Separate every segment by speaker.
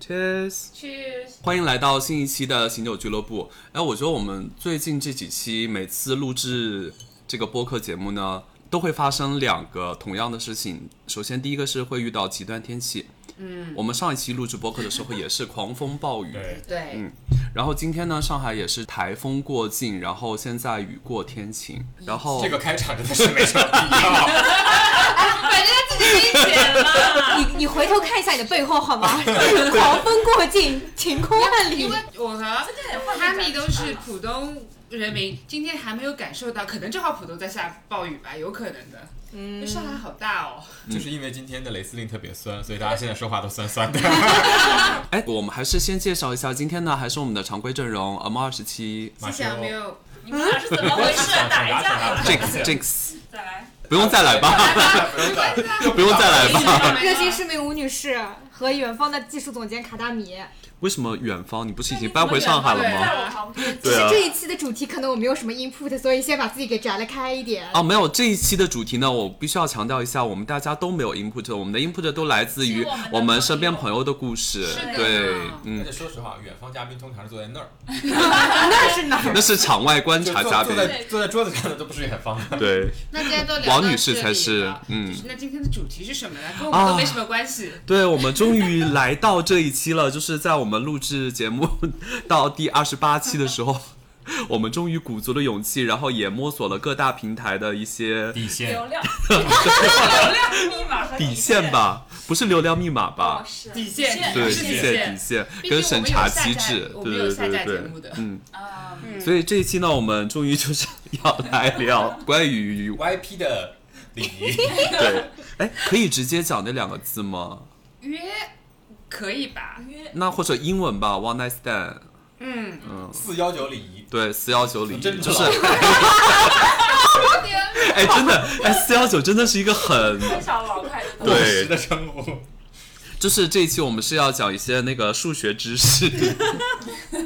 Speaker 1: Cheers！
Speaker 2: Cheers！
Speaker 1: 欢迎来到新一期的醒酒俱乐部。哎，我觉得我们最近这几期每次录制这个播客节目呢，都会发生两个同样的事情。首先，第一个是会遇到极端天气。嗯，我们上一期录制播客的时候也是狂风暴雨，
Speaker 3: 对，
Speaker 2: 对，
Speaker 1: 嗯然后今天呢，上海也是台风过境，然后现在雨过天晴，然后
Speaker 3: 这个开场真的是没什么必要。
Speaker 2: 反正他自己给你剪了。
Speaker 4: 你你回头看一下你的背后好吗？ 狂风过境，晴空万里
Speaker 5: 因。为我和他们都是浦东人民，今天还没有感受到，可能正好浦东在下暴雨吧，有可能的。嗯，上海好大哦，
Speaker 3: 就是因为今天的雷司令特别酸，所以大家现在说话都酸酸的。
Speaker 1: 哎，我们还是先介绍一下，今天呢还是我们的常规阵容，M 二十七
Speaker 3: 马
Speaker 5: 谢谢
Speaker 3: 上
Speaker 5: 阿缪。
Speaker 6: 你们俩是怎么回事？打一架了？
Speaker 1: ，Jinx Jinx，
Speaker 6: 再来，
Speaker 1: 不用再来吧， 不
Speaker 3: 不
Speaker 1: 用再来吧。
Speaker 4: 热心市民吴女士和远方的技术总监卡大米，
Speaker 1: 为什么远方？你不是已经搬回上海了
Speaker 5: 对
Speaker 1: 吗？
Speaker 6: 在我旁边。
Speaker 4: 其
Speaker 1: 对
Speaker 4: 实
Speaker 1: 啊。
Speaker 4: 这一期的主题可能我没有什么 input，所以先把自己给摘了开一点。
Speaker 1: 啊，没有这一期的主题呢，我必须要强调一下，我们大家都没有 input，我们的 input 都来自于
Speaker 6: 是我们的
Speaker 1: 我们身边朋友的故事。
Speaker 6: 的
Speaker 1: 对，
Speaker 3: 而
Speaker 1: 嗯，
Speaker 3: 且说实话，远方嘉宾通常是坐在那儿，
Speaker 4: 那是哪儿？
Speaker 1: 那是场外观
Speaker 3: 就
Speaker 1: 察
Speaker 3: 坐
Speaker 1: 嘉宾
Speaker 3: 坐。在坐在桌子上的都不是远方。
Speaker 1: 对
Speaker 5: 那今天都聊到
Speaker 1: 王女士
Speaker 5: 这里
Speaker 1: 才是
Speaker 5: 了
Speaker 1: 嗯啊
Speaker 5: 就是那今天的主题是什么呢？跟我们都没什么关系。
Speaker 1: 对，我们终于来到这一期了，就是在我们录制节目到第二十八期的时候。我们终于鼓足了勇气，然后也摸索了各大平台的一些
Speaker 3: 底线
Speaker 6: 流，量，流量密码和
Speaker 1: 底线。吧，不是流量密码吧？
Speaker 6: 哦是
Speaker 5: 底线
Speaker 1: 对，
Speaker 5: 不
Speaker 1: 底
Speaker 5: 是底
Speaker 1: 线
Speaker 5: 线
Speaker 1: 底线
Speaker 5: 毕竟
Speaker 1: 跟审查机制，
Speaker 5: 我
Speaker 1: 对
Speaker 5: 们有
Speaker 1: 对
Speaker 5: 下
Speaker 1: 对
Speaker 5: 架
Speaker 1: 对对
Speaker 5: 我们有下架节目的，
Speaker 1: 嗯。
Speaker 6: 啊，
Speaker 1: 所以这一期呢，我们终于就是要来 聊关于
Speaker 3: YP 的礼仪。
Speaker 1: 对，哎，可以直接讲这两个字吗？
Speaker 5: 约可以吧？
Speaker 6: 约
Speaker 1: 那或者英文吧，one night stand，
Speaker 5: 嗯，
Speaker 3: 四幺九礼仪，
Speaker 1: 对，四幺九里
Speaker 3: 真
Speaker 1: 就
Speaker 3: 知
Speaker 1: 是
Speaker 3: 道，
Speaker 1: 哎，真的，哎，四幺九真的是一个很，
Speaker 6: 非常老派的东西。
Speaker 3: 过
Speaker 1: 对
Speaker 3: 时的称呼。
Speaker 1: 就是这一期我们是要讲一些那个数学知识。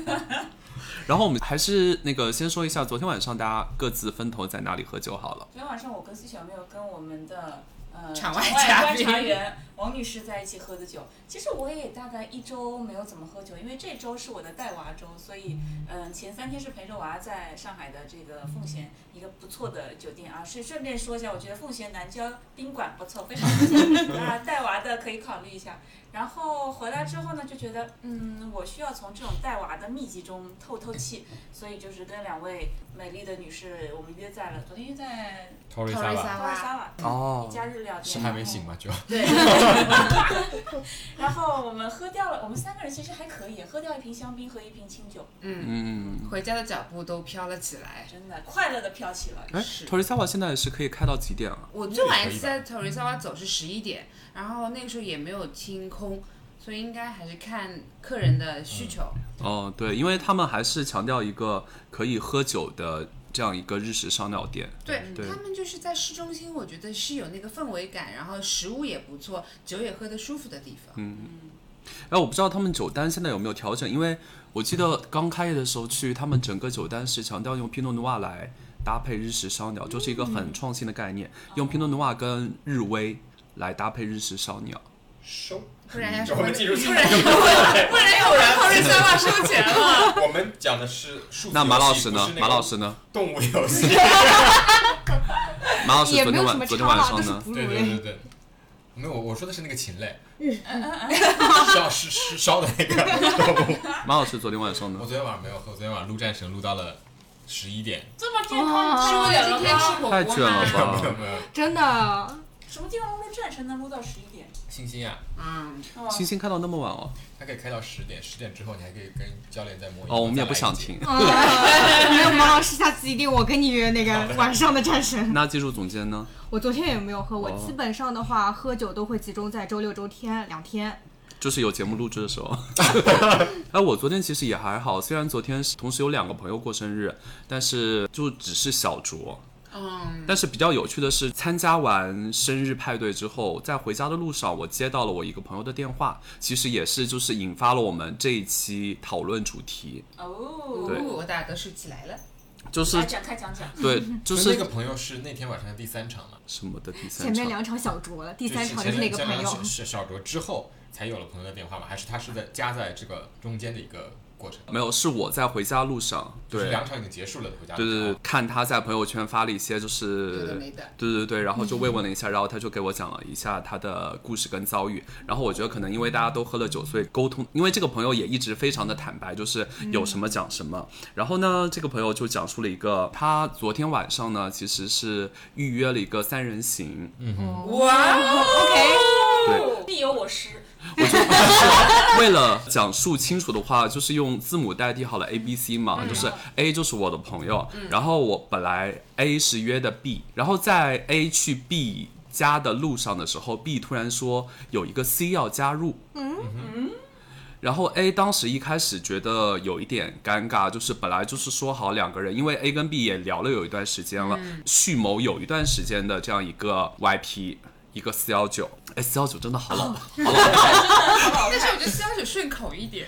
Speaker 1: 然后我们还是那个先说一下，昨天晚上大家各自分头在哪里喝酒好了。
Speaker 6: 昨天晚上我跟苏小妹有跟我们的呃
Speaker 5: 场
Speaker 6: 外
Speaker 5: 外
Speaker 6: 观
Speaker 5: 嘉
Speaker 6: 察
Speaker 5: 宾
Speaker 6: 员王女士在一起喝的酒。其实我也大概一周没有怎么喝酒，因为这周是我的带娃周，所以嗯、呃前三天是陪着娃在上海的这个奉贤一个不错的酒店啊。是顺便说一下，我觉得奉贤南郊宾馆不错，非常 不错啊，带娃的可以考虑一下。然后回来之后呢，就觉得嗯，我需要从这种带娃的秘籍中透透气，所以就是跟两位美丽的女士，我们约在了昨天约在
Speaker 3: Tori
Speaker 5: 讨论一
Speaker 3: Saba
Speaker 5: 下
Speaker 6: 高尔
Speaker 5: 吧。
Speaker 6: 萨瓦
Speaker 1: 哦
Speaker 6: 一家日料店，
Speaker 3: 是还没醒吗？就
Speaker 6: 对。然后我们喝掉了，我们三个人其实还可以，喝掉一瓶香槟和一瓶清酒，
Speaker 5: 嗯，
Speaker 1: 嗯，
Speaker 5: 回家的脚步都飘了起来。
Speaker 6: 真的快乐的飘起了。
Speaker 1: 哎
Speaker 5: 是
Speaker 1: t o r i s a w a 现在是可以开到几点啊？
Speaker 5: 我最晚一次在
Speaker 1: 嗯
Speaker 5: t o r i s a w a 走是十一点，然后那个时候也没有清空，所以应该还是看客人的需求。
Speaker 1: 哦，对，因为他们还是强调一个可以喝酒的这样一个日式烧鸟店。嗯
Speaker 5: 对
Speaker 1: 对
Speaker 5: 他们就是在市中心，我觉得是有那个氛围感，然后食物也不错，酒也喝得舒服的地方。
Speaker 1: 嗯 哎，我不知道他们酒单现在有没有调整，因为我记得刚开业的时候去，他们整个酒单是强调用皮诺努瓦来搭配日式烧鸟，就是一个很创新的概念，用皮诺努瓦跟日威来搭配日式烧鸟。
Speaker 3: 收，
Speaker 5: 不然要是
Speaker 3: 我们进入
Speaker 5: 不然不然有人 t o r i s a w a 收钱了。
Speaker 3: 我们讲的是数学游戏
Speaker 1: 那马老师呢？马老，师呢？
Speaker 3: 不是那个动物游戏。
Speaker 1: 马老师
Speaker 4: 也
Speaker 1: 昨
Speaker 4: 没
Speaker 1: 天
Speaker 4: 有什么
Speaker 1: 晚昨天
Speaker 4: 插
Speaker 1: 晚
Speaker 4: 话，都
Speaker 1: 上
Speaker 4: 是
Speaker 1: 呢？
Speaker 4: 哺乳
Speaker 3: 对对对
Speaker 4: 类。
Speaker 3: 对，没有，我我说的是那个禽类，
Speaker 4: 嗯
Speaker 3: 烧 是是烧的那个 动物。
Speaker 1: 马老师昨天晚上呢
Speaker 3: 我？昨天晚上没有喝，昨天晚上撸战神撸到了十一点，
Speaker 6: 这么健康，吃
Speaker 4: 哦
Speaker 5: 我
Speaker 6: 我
Speaker 5: 今
Speaker 6: 两
Speaker 5: 天吃火
Speaker 6: 吗？
Speaker 5: 锅
Speaker 1: 太卷了
Speaker 3: 没
Speaker 1: 吧
Speaker 5: 吗？
Speaker 3: 有没有。
Speaker 4: 真的，
Speaker 6: 什么地方撸战神能撸到十一点？
Speaker 3: 星星啊，
Speaker 5: 嗯，
Speaker 6: 哇
Speaker 1: 星星开到那么晚哦，
Speaker 3: 它可以开到十点，十点之后你还可以跟教练再摸一摸
Speaker 1: 哦，我们也不
Speaker 3: 再来
Speaker 1: 想
Speaker 3: 一节
Speaker 1: 听。
Speaker 4: 嗯，没有马老师，下次一定我跟你约那个晚上的战 神。
Speaker 1: 那技术总监呢？
Speaker 4: 我昨天也没有喝，我
Speaker 1: 哦
Speaker 4: 基本上的话喝酒都会集中在周六周天两天。
Speaker 1: 就是有节目录制的时候。哎，我昨天其实也还好，虽然昨天是同时有两个朋友过生日，但是就只是小酌。
Speaker 5: 嗯，
Speaker 1: 但是比较有趣的是，参加完生日派对之后，在回家的路上，我接到了我一个朋友的电话，其实也是就是引发了我们这一期讨论主题，对
Speaker 6: 哦，
Speaker 5: 我打嗝竖起来了。
Speaker 1: 就是
Speaker 6: 来展开讲讲。
Speaker 1: 对，就
Speaker 3: 所以
Speaker 1: 是
Speaker 3: 那个朋友是那天晚上的第三场嘛，
Speaker 1: 什么的第三
Speaker 4: 前面
Speaker 1: 场。
Speaker 4: 两场小酌了，第
Speaker 3: 第
Speaker 4: 三场就是那个朋友。
Speaker 3: 小小卓之后，才有了朋友的电话吗？还是他是在夹在这个中间的一个过程？
Speaker 1: 没有，是我在回家路上，
Speaker 3: 就是
Speaker 1: 对，
Speaker 3: 两场已经结束了的回家。
Speaker 1: 对对对，看他在朋友圈发了一些就
Speaker 5: 有的
Speaker 1: 是
Speaker 5: 没的，
Speaker 1: 对对对，然后就慰问了一下，然后他就给我讲了一下他的故事跟遭遇。然后我觉得可能因为大家都喝了酒，所以沟通，因为这个朋友也一直非常的坦白，就是有什么讲什么。然后呢，这个朋友就讲述了一个，他昨天晚上呢其实是预约了一个三人行，
Speaker 5: 哇，OK，
Speaker 1: 对，
Speaker 6: 哦必有我师。
Speaker 1: 为了讲述清楚的话，就是用字母代替好了 A B C 嘛，就是 A 就是我的朋友，然后我本来 A 是约的 B，然后在 A 去 B 家的路上的时候，B 突然说有一个 C 要加入，嗯然后 A 当时一开始觉得有一点尴尬，就是本来就是说好两个人，因为 A 跟 B 也聊了有一段时间了，蓄谋有一段时间的这样一个 YP，一个四幺九，哎，四幺九真的好老
Speaker 5: 但是我觉得四幺九顺口一点，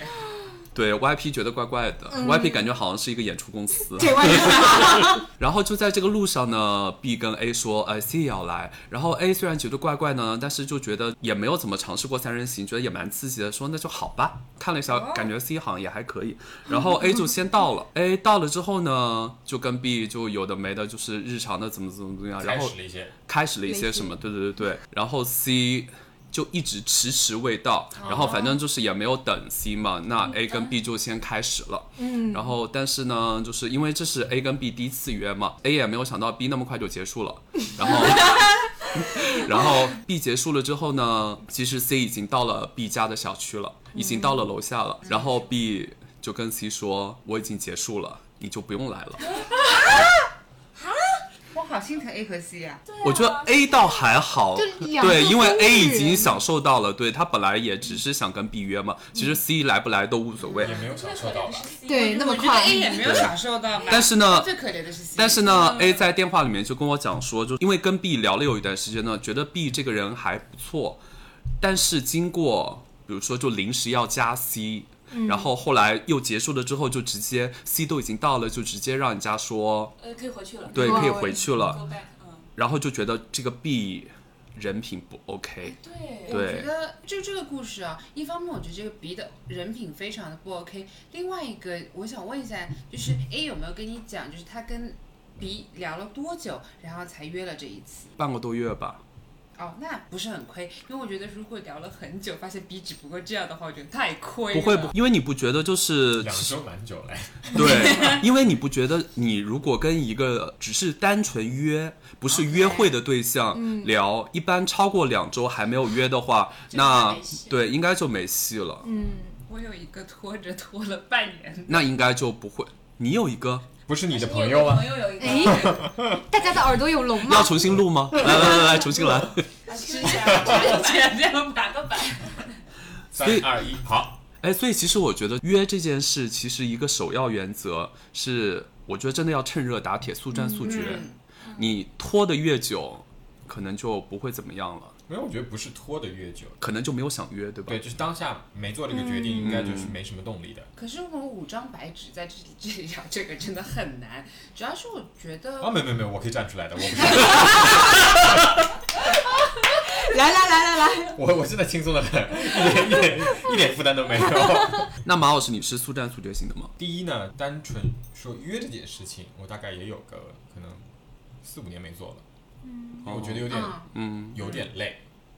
Speaker 1: 对 YP 觉得怪怪的、y p 感觉好像是一个演出公司。
Speaker 4: 对外面
Speaker 1: 然后就在这个路上呢，B 跟 A 说，呃，C 也要来。然后 A 虽然觉得怪怪呢，但是就觉得也没有怎么尝试过三人行，觉得也蛮刺激的，说那就好吧。看了一下，感觉 C 好像也还可以。然后 A 就先到了，A 到了之后呢，就跟 B 就有的没的，就是日常的怎么怎么怎么样，然
Speaker 3: 开
Speaker 1: 后
Speaker 3: 始了一些，
Speaker 1: 开始了一些什么，对对对对，然后 C 就一直迟迟未到，然后反正就是也没有等 C 嘛，那 A 跟 B 就先开始了，嗯，然后但是呢，就是因为这是 A 跟 B 第一次约嘛，A 也没有想到 B 那么快就结束了，然后。 然后 B 结束了之后呢，其实 C 已经到了 B 家的小区了，已经到了楼下了。然后 B 就跟 C 说：“我已经结束了，你就不用来了。”
Speaker 5: 我好心疼 A 和 C 啊，
Speaker 6: 对、
Speaker 1: 我觉得 A 倒还好，
Speaker 4: 就两个
Speaker 1: 对，因为
Speaker 4: 都
Speaker 1: A 已
Speaker 4: 是
Speaker 1: 经享受到了，对他本来也只是想跟 B 约嘛，其
Speaker 4: 嗯
Speaker 1: 实 C 来不来都无所谓。
Speaker 3: 也没有享受到吧？
Speaker 4: 对那么
Speaker 5: 我觉得
Speaker 4: 快
Speaker 5: A 也没有享受到吧，
Speaker 1: 但是呢
Speaker 5: 最可怜的是 C，
Speaker 1: 但是呢，A
Speaker 4: 嗯
Speaker 1: 在电话里面就跟我讲说，就因为跟 B 聊了有一段时间呢，觉得 B 这个人还不错，但是经过比如说就临时要加 C，、然
Speaker 4: 嗯
Speaker 1: 后后来又结束了之后，就直接 C 都已经到了，就直接让人家说，
Speaker 6: 呃，可以回去了。
Speaker 1: 对，
Speaker 4: 哇
Speaker 1: 可以回去了，
Speaker 6: Go back，嗯，
Speaker 1: 然后就觉得这个 B 人品不 OK，
Speaker 6: 对。
Speaker 5: 我觉
Speaker 1: 对，
Speaker 5: 得就这个故事啊，一方面我觉得这个 B 的人品非常的不 OK，另外一个我想问一下，就是 A 有没有跟你讲，就是他跟 B 聊了多久，然后才约了这一次？
Speaker 1: 半个多月吧。
Speaker 5: 哦，那不是很亏，因为我觉得如果聊了很久，发现 B 只不过这样的话，我觉得太亏了。
Speaker 1: 不会不，因为你不觉得就是
Speaker 3: 两周蛮久了，
Speaker 1: 对，因为你不觉得你如果跟一个只是单纯约，不是约会的对象聊一般超过两周还没有约的话，
Speaker 6: 就
Speaker 1: 那
Speaker 6: 没戏
Speaker 1: 对应该就没戏了，
Speaker 4: 嗯
Speaker 5: 我有一个拖着拖了半 年，
Speaker 1: 那应该就不会。你有一个
Speaker 3: 不是你的
Speaker 6: 你
Speaker 3: 朋
Speaker 6: 有
Speaker 3: 友
Speaker 6: 个
Speaker 3: 啊
Speaker 6: 朋？友有一个，
Speaker 4: 哎，大家的耳朵有聋
Speaker 1: 要
Speaker 4: 吗？
Speaker 1: 重新录吗？来来来来，重新来。
Speaker 6: 啊
Speaker 5: 之
Speaker 6: 是这
Speaker 5: 前
Speaker 6: 样
Speaker 5: 之 前这样
Speaker 6: 打个板，
Speaker 3: 三
Speaker 1: 以
Speaker 3: 二一，好，
Speaker 1: 哎，所以其实我觉得约这件事，其实一个首要原则是，我觉得真的要趁热打铁，速战速决。
Speaker 5: 嗯
Speaker 1: 你拖得越久，可能就不会怎么样了，
Speaker 3: 没有，我觉得不是拖得越久，
Speaker 1: 可能就没有想约，对吧？
Speaker 3: 对，就是当下没做这个决定，应该就是没什么动力的。
Speaker 5: 可是我们五张白纸在这里这里聊这个真的很难，主要是我觉得
Speaker 1: 哦
Speaker 3: 啊，没没没，我可以站出来的，我不是，
Speaker 4: 来来来来来，
Speaker 3: 我我现在轻松的很， 一点一点一点负担都没有。
Speaker 1: 那马老师，你是速战速决型的吗？
Speaker 3: 第一呢，单纯说约这件事情，我大概也有个可能四五年没做了，嗯，我觉得有点、
Speaker 5: 嗯
Speaker 1: 嗯
Speaker 3: 有点累，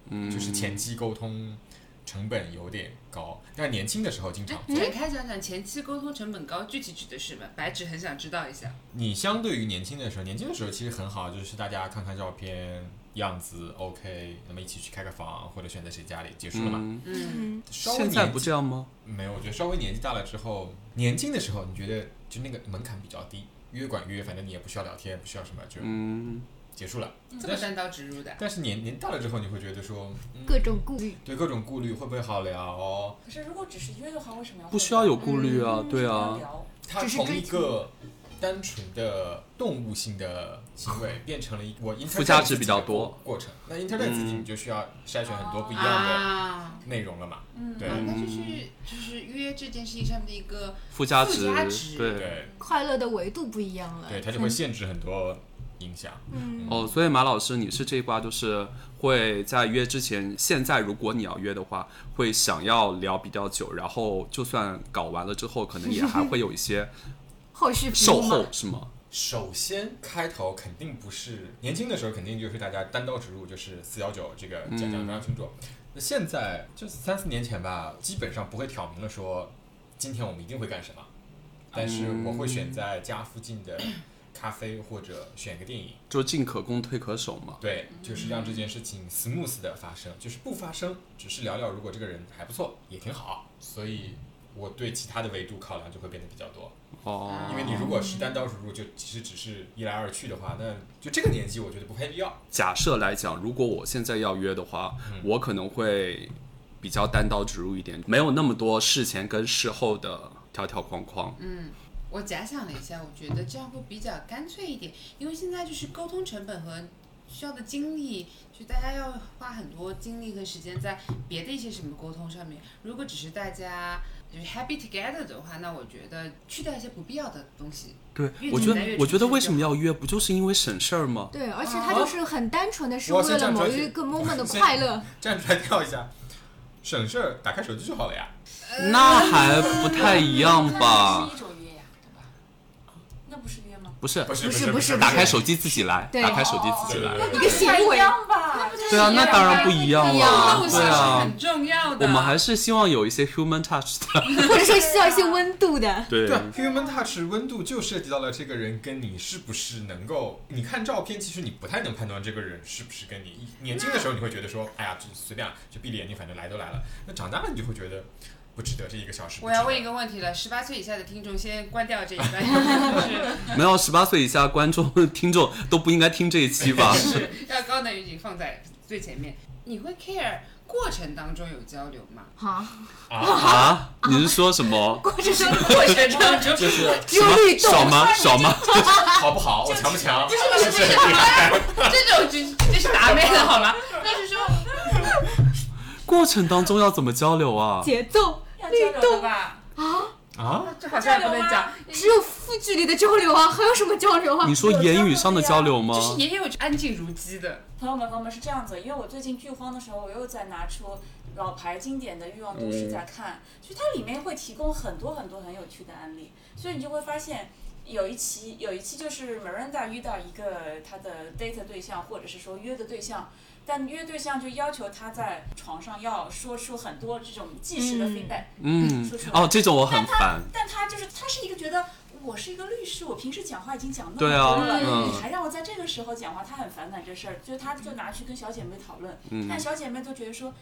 Speaker 3: 嗯，就是前期沟通成本有点高，但年轻的时候经
Speaker 1: 嗯
Speaker 3: 常做。
Speaker 5: 展开讲讲前期沟通成本高，具体指的是什么？白纸很想知道一下。
Speaker 3: 你相对于年轻的时候，年轻的时候其实很好，就是大家看看照片样子 OK，那么一起去开个房或者选在谁家里结束了嘛。
Speaker 1: 嗯，
Speaker 5: 嗯，
Speaker 3: 稍微
Speaker 1: 现在
Speaker 3: 年
Speaker 1: 不
Speaker 3: 纪
Speaker 1: 这样吗？
Speaker 3: 没有，我觉得稍微年纪大了之后，年轻的时候你觉得就那个门槛比较低，约管约，反正你也不需要聊天，不需要什么就
Speaker 1: 嗯，
Speaker 3: 结束了。
Speaker 5: 这么单刀直入的，
Speaker 3: 但是年年纪大了之后，你会觉得说，嗯、
Speaker 4: 各种顾虑，
Speaker 3: 对各种顾虑会不会好聊？
Speaker 6: 可是如果只是约的话，为什么要
Speaker 1: 不需要有顾虑啊，对啊，
Speaker 6: 聊
Speaker 3: 它
Speaker 4: 只是
Speaker 3: 从
Speaker 4: 追
Speaker 3: 一
Speaker 4: 求
Speaker 3: 个单纯的动物性的行为变成了一个我
Speaker 1: 附加值比较
Speaker 3: interpret 自己的
Speaker 1: 多
Speaker 3: 过程。那 internet 自己
Speaker 1: 嗯
Speaker 3: 你就需要筛选很多不一样的
Speaker 5: 啊，
Speaker 3: 内容了嘛？对
Speaker 5: 啊那就是就是约这件事情上面的一个
Speaker 1: 附加
Speaker 5: 附
Speaker 1: 值
Speaker 5: 加值
Speaker 1: 对。
Speaker 3: 对
Speaker 4: 快乐的维度不一样了。
Speaker 3: 对，它就会限制很多影响。
Speaker 4: 嗯，
Speaker 1: 哦，所以马老师，你是这一卦，就是会在约之前，现在如果你要约的话，会想要聊比较久，然后就算搞完了之后，可能也还会有一些
Speaker 4: 后续服
Speaker 1: 售
Speaker 4: 务嘛
Speaker 1: 后，是吗？
Speaker 3: 首先开头肯定不是年轻的时候，肯定就是大家单刀直入，就是四幺九这个讲讲非常清楚。那现在就是三四年前吧，基本上不会挑明了说今天我们一定会干什么，但是我会选在家附近的咖啡或者选个电影，
Speaker 1: 就进可攻，退可守嘛。
Speaker 3: 对，就是让这件事情 smooth 的发生，就是不发生，只是聊聊，如果这个人还不错，也挺好。所以我对其他的维度考量就会变得比较多。
Speaker 1: 哦，
Speaker 5: 啊
Speaker 3: 因为你如果是单刀直入，就其实只是一来二去的话，那就这个年纪，我觉得不太必要。
Speaker 1: 假设来讲，如果我现在要约的话，
Speaker 3: 嗯
Speaker 1: 我可能会比较单刀直入一点，没有那么多事前跟事后的条条框框。
Speaker 5: 嗯，我假想了一下，我觉得这样会比较干脆一点，因为现在就是沟通成本和需要的精力，就大家要花很多精力和时间在别的一些什么沟通上面。如果只是大家就是 happy together 的话，那我觉得去掉一些不必要的东西。
Speaker 1: 对
Speaker 5: 越，
Speaker 1: 我
Speaker 5: 简
Speaker 1: 觉
Speaker 5: 单
Speaker 1: 得
Speaker 5: 越
Speaker 1: 我觉
Speaker 5: 直
Speaker 1: 得
Speaker 5: 接
Speaker 1: 为
Speaker 5: 就
Speaker 1: 什么要约，不就是因为省事儿 吗？
Speaker 4: 对，而且它就是很单纯
Speaker 1: 哦
Speaker 4: 的是
Speaker 3: 我
Speaker 4: 为
Speaker 3: 要先
Speaker 4: 了
Speaker 3: 站出
Speaker 4: 某
Speaker 3: 来
Speaker 4: 一个 moment 的快乐，
Speaker 3: 站出来跳一下，省事儿，打开手机就好了呀。
Speaker 1: 那还不太一样
Speaker 6: 那
Speaker 1: 吧
Speaker 6: 不是？一种约呀，对吧？那不是约吗？
Speaker 1: 不是，
Speaker 3: 不是
Speaker 4: 不是
Speaker 3: 是
Speaker 4: 不
Speaker 3: 不
Speaker 4: 是不
Speaker 1: 打
Speaker 4: 是
Speaker 1: 开手机自己来，
Speaker 4: 对
Speaker 1: 打开手机自己
Speaker 3: 对对
Speaker 5: 哦
Speaker 1: 来。
Speaker 3: 对，
Speaker 4: 一个
Speaker 6: 不太
Speaker 4: 行
Speaker 6: 一
Speaker 4: 为。
Speaker 6: 样吧？
Speaker 1: 对啊，那当然不一样
Speaker 4: 不一样
Speaker 1: 了，
Speaker 5: 互
Speaker 1: 对
Speaker 5: 相是
Speaker 1: 啊
Speaker 5: 很。重要的。
Speaker 1: 我们还是希望有一些 human touch 的，
Speaker 4: 或者说需要一些温度的。
Speaker 1: 对
Speaker 3: 对啊，human touch 温度就涉及到了这个人跟你是不是能够，你看照片，其实你不太能判断这个人是不是跟你。年轻的时候你会觉得说，哎呀，就随便啊就闭着眼睛，反正来都来了。那长大了你就会觉得不值得这一个小时。
Speaker 5: 我要问一
Speaker 3: 个，
Speaker 5: 个问题了，十八岁以下的听众先关掉这一段，就是
Speaker 1: 没有十八岁以下观众、 听众都不应该听这一期 吧？
Speaker 5: 是要高能预警放在最前面。你会 care 过程当中有交流吗？
Speaker 4: 好，
Speaker 1: 啊，你是说什么？
Speaker 4: 或者说
Speaker 5: 过程当中
Speaker 3: 就是
Speaker 4: 只
Speaker 1: 什
Speaker 4: 有
Speaker 1: 么
Speaker 4: 律
Speaker 1: 少
Speaker 4: 动，
Speaker 1: 吗？少吗？
Speaker 3: 好不好，我强不强？
Speaker 5: 不是这种，这种就就是打妹的好吗？就是说，
Speaker 1: 过程当中要怎么交流啊？
Speaker 4: 节奏、
Speaker 6: 要
Speaker 4: 律
Speaker 6: 交流的
Speaker 4: 动，
Speaker 6: 吧？
Speaker 3: 啊，
Speaker 5: 哦这好像也不能讲，
Speaker 4: 只有负距离的交流啊，还有什么交流啊
Speaker 1: 你？说言语上的交流吗
Speaker 5: 就？是也有安静如鸡的，
Speaker 6: 朋友们，朋友们是这样子，因为我最近剧荒的时候，我又在拿出老牌经典的《欲望都市》在看，就它里面会提供很多很多很有趣的案例，所以你就会发现。有一期，有一期就是 Miranda 遇到一个她的 date 对象，或者是说约的对象，但约对象就要求她在床上要说出很多这种即时的
Speaker 4: 嗯
Speaker 6: feedback，、
Speaker 1: 嗯
Speaker 6: 说出，来
Speaker 1: 哦，这种我很烦。
Speaker 6: 但他就是他是一个觉得我是一个律师，我平时讲话已经讲那
Speaker 1: 对
Speaker 6: 么
Speaker 1: 啊
Speaker 6: 多了，
Speaker 1: 嗯
Speaker 6: 你还让我在这个时候讲话，他很反感这事儿，就他就拿去跟小姐妹讨论，
Speaker 1: 嗯
Speaker 6: 但小姐妹都觉得说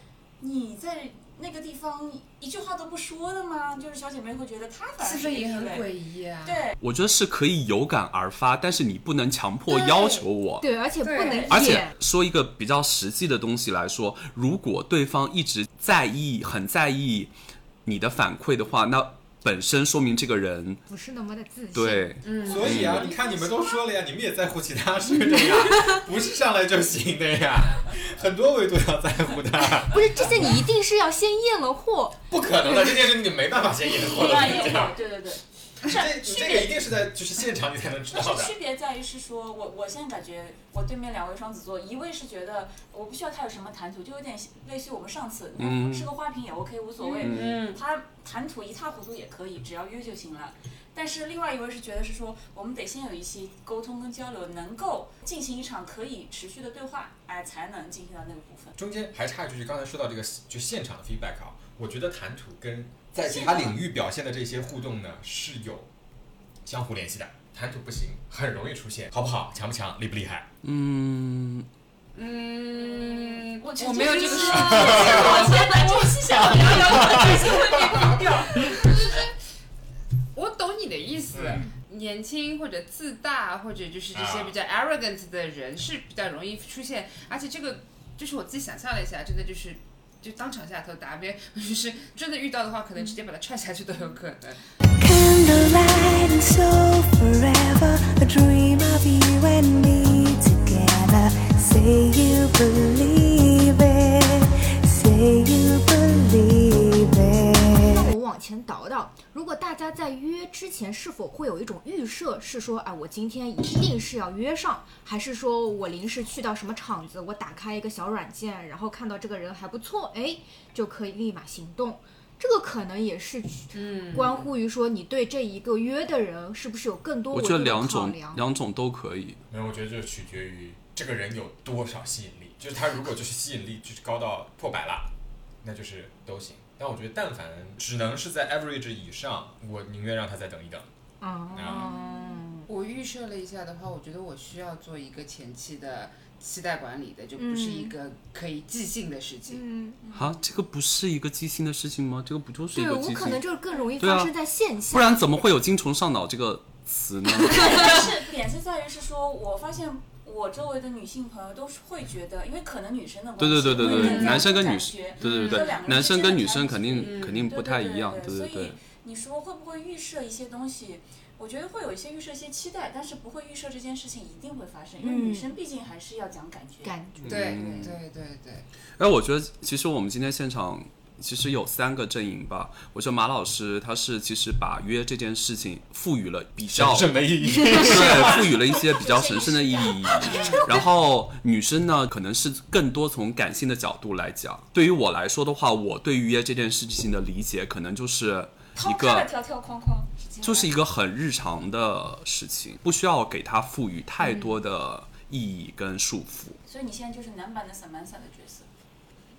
Speaker 6: 你在那个地方一句话都不说的吗？就是小姐妹会觉得他反而
Speaker 5: 是不是
Speaker 6: 一
Speaker 5: 也
Speaker 6: 个
Speaker 5: 很
Speaker 6: 异
Speaker 5: 诡
Speaker 6: 类？
Speaker 5: 异啊？
Speaker 6: 对，
Speaker 1: 我觉得是可以有感而发，但是你不能强迫
Speaker 6: 对
Speaker 1: 要求我。
Speaker 4: 对，而且不能
Speaker 5: 对
Speaker 1: 而且
Speaker 4: 演，
Speaker 1: 说一个比较实际的东西来说，如果对方一直在意、很在意你的反馈的话，那本身说明这个人
Speaker 4: 不是那么的自信。，
Speaker 1: 对
Speaker 5: 嗯，
Speaker 3: 所以啊，你看你们都说了呀，你们也在乎其他事的呀， 不是上来就行的呀，很多维度要在乎 的，
Speaker 4: 不是这些，你一定是要先验了货，
Speaker 3: 不可能的，这件事你没办法先验货
Speaker 6: 另
Speaker 3: 的，
Speaker 6: 外
Speaker 3: 你这
Speaker 6: 一
Speaker 3: 样
Speaker 6: 个，，对对对。
Speaker 3: 你这你这个一定是在就是现场你才能知
Speaker 6: 但
Speaker 3: 道
Speaker 6: 是
Speaker 3: 的。
Speaker 6: 区别在于是说，我我现在感觉我对面两位双子座，一位是觉得我不需要他有什么谈吐，就有点类似于我们上次，
Speaker 1: 嗯
Speaker 6: 是个花瓶也 OK，无所谓。
Speaker 5: 嗯，
Speaker 6: 他谈吐一塌糊涂也可以，只要约就行了。但是另外一位是觉得是说，我们得先有一些沟通跟交流，能够进行一场可以持续的对话，哎，才能进行到那个部分。
Speaker 3: 中间还插一句，就刚才说到这个就现场的 feedback 啊，我觉得谈吐跟在其他领域表现的这些互动呢是有相互联系的。谈吐不行，很容易出现，好不好？强不强？厉不厉害？
Speaker 1: 嗯，
Speaker 5: 嗯，
Speaker 6: 我
Speaker 5: 我没有这个
Speaker 6: 事
Speaker 5: 事。
Speaker 6: 我先把这期想聊聊，这期会被毙掉。
Speaker 5: 我懂你的意思。年轻或者自大或者就是这些比较 arrogant 的人是比较容易出现，而且这个就是我自己想象了一下，真的就是就当场下头打别， 就是真的遇到的话，可能直接把他踹下去都有可能。
Speaker 7: Candlelight and so forever, a dream of you and me together. Say you believe it, say you believe
Speaker 4: 那
Speaker 7: it.
Speaker 4: 我往前倒倒，如果大家在约之前是否会有一种预设，是说啊，我今天一定是要约上，还是说我临时去到什么场子，我打开一个小软件，然后看到这个人还不错，哎，就可以立马行动。这个可能也是
Speaker 5: 嗯，
Speaker 4: 关乎于说你对这一个约的人是不是有更多
Speaker 1: 我
Speaker 4: 维
Speaker 1: 觉得
Speaker 4: 度的
Speaker 1: 两
Speaker 4: 考
Speaker 1: 种
Speaker 4: 量。
Speaker 1: 两种都可以。
Speaker 3: 没有，我觉得这取决于这个人有多少吸引力。就是他如果就是吸引力就是高到破百了，那就是都行。但我觉得，但凡只能是在 average 以上，我宁愿让他再等一等。
Speaker 4: 嗯，
Speaker 5: 我预设了一下的话，我觉得我需要做一个前期的期待管理的，就不是一个可以即兴的事情。
Speaker 4: 嗯，
Speaker 1: 啊，这个不是一个即兴的事情吗？这个不就是一
Speaker 4: 对
Speaker 1: 个
Speaker 4: 我
Speaker 1: 即
Speaker 4: 可能
Speaker 1: 兴？
Speaker 4: 就是更容易
Speaker 1: 对啊
Speaker 4: 发生在线下。
Speaker 1: 不然怎么会有“精虫上脑”这个词 呢？
Speaker 6: 但是 点是在于是说，我发现我周围的女性朋友都是会觉得，因为可能女生的关
Speaker 1: 对对对对
Speaker 6: 会有这
Speaker 1: 对，
Speaker 6: 样
Speaker 1: 男生跟
Speaker 6: 的
Speaker 1: 女
Speaker 6: 感
Speaker 1: 生
Speaker 6: 觉，
Speaker 1: 对对对
Speaker 6: 这
Speaker 1: 对
Speaker 6: 两，个
Speaker 1: 男生
Speaker 6: 之间
Speaker 1: 跟
Speaker 6: 的
Speaker 1: 女生
Speaker 6: 差
Speaker 1: 肯定
Speaker 5: 嗯
Speaker 1: 肯定不太一样，对
Speaker 6: 对
Speaker 1: 对
Speaker 6: 所
Speaker 1: 对
Speaker 6: 以。你说会不会预设一些东西？我觉得会有一些预设一些期待，但是不会预设这件事情一定会发生，因为
Speaker 4: 嗯
Speaker 6: 女生毕竟还是要讲感觉。
Speaker 4: 感觉
Speaker 5: 对
Speaker 1: 嗯
Speaker 5: 对对对，
Speaker 1: 哎，我觉得其实我们今天现场其实有三个阵营吧。我觉得马老师他是其实把约这件事情赋予了比较
Speaker 3: 正的意 义。
Speaker 1: 对，赋予了一些比较神圣的意义。然后女生呢，可能是更多从感性的角度来讲。对于我来说的话，我对于约这件事情的理解，可能就是一
Speaker 6: 抛开了
Speaker 1: 个。
Speaker 6: 条条框框，直接
Speaker 1: 就是
Speaker 6: 来
Speaker 1: 一个很日常的事情，不需要给它赋予太
Speaker 6: 嗯
Speaker 1: 多的意义跟束缚。
Speaker 6: 所以你现在就是男版的 Samantha 的角色。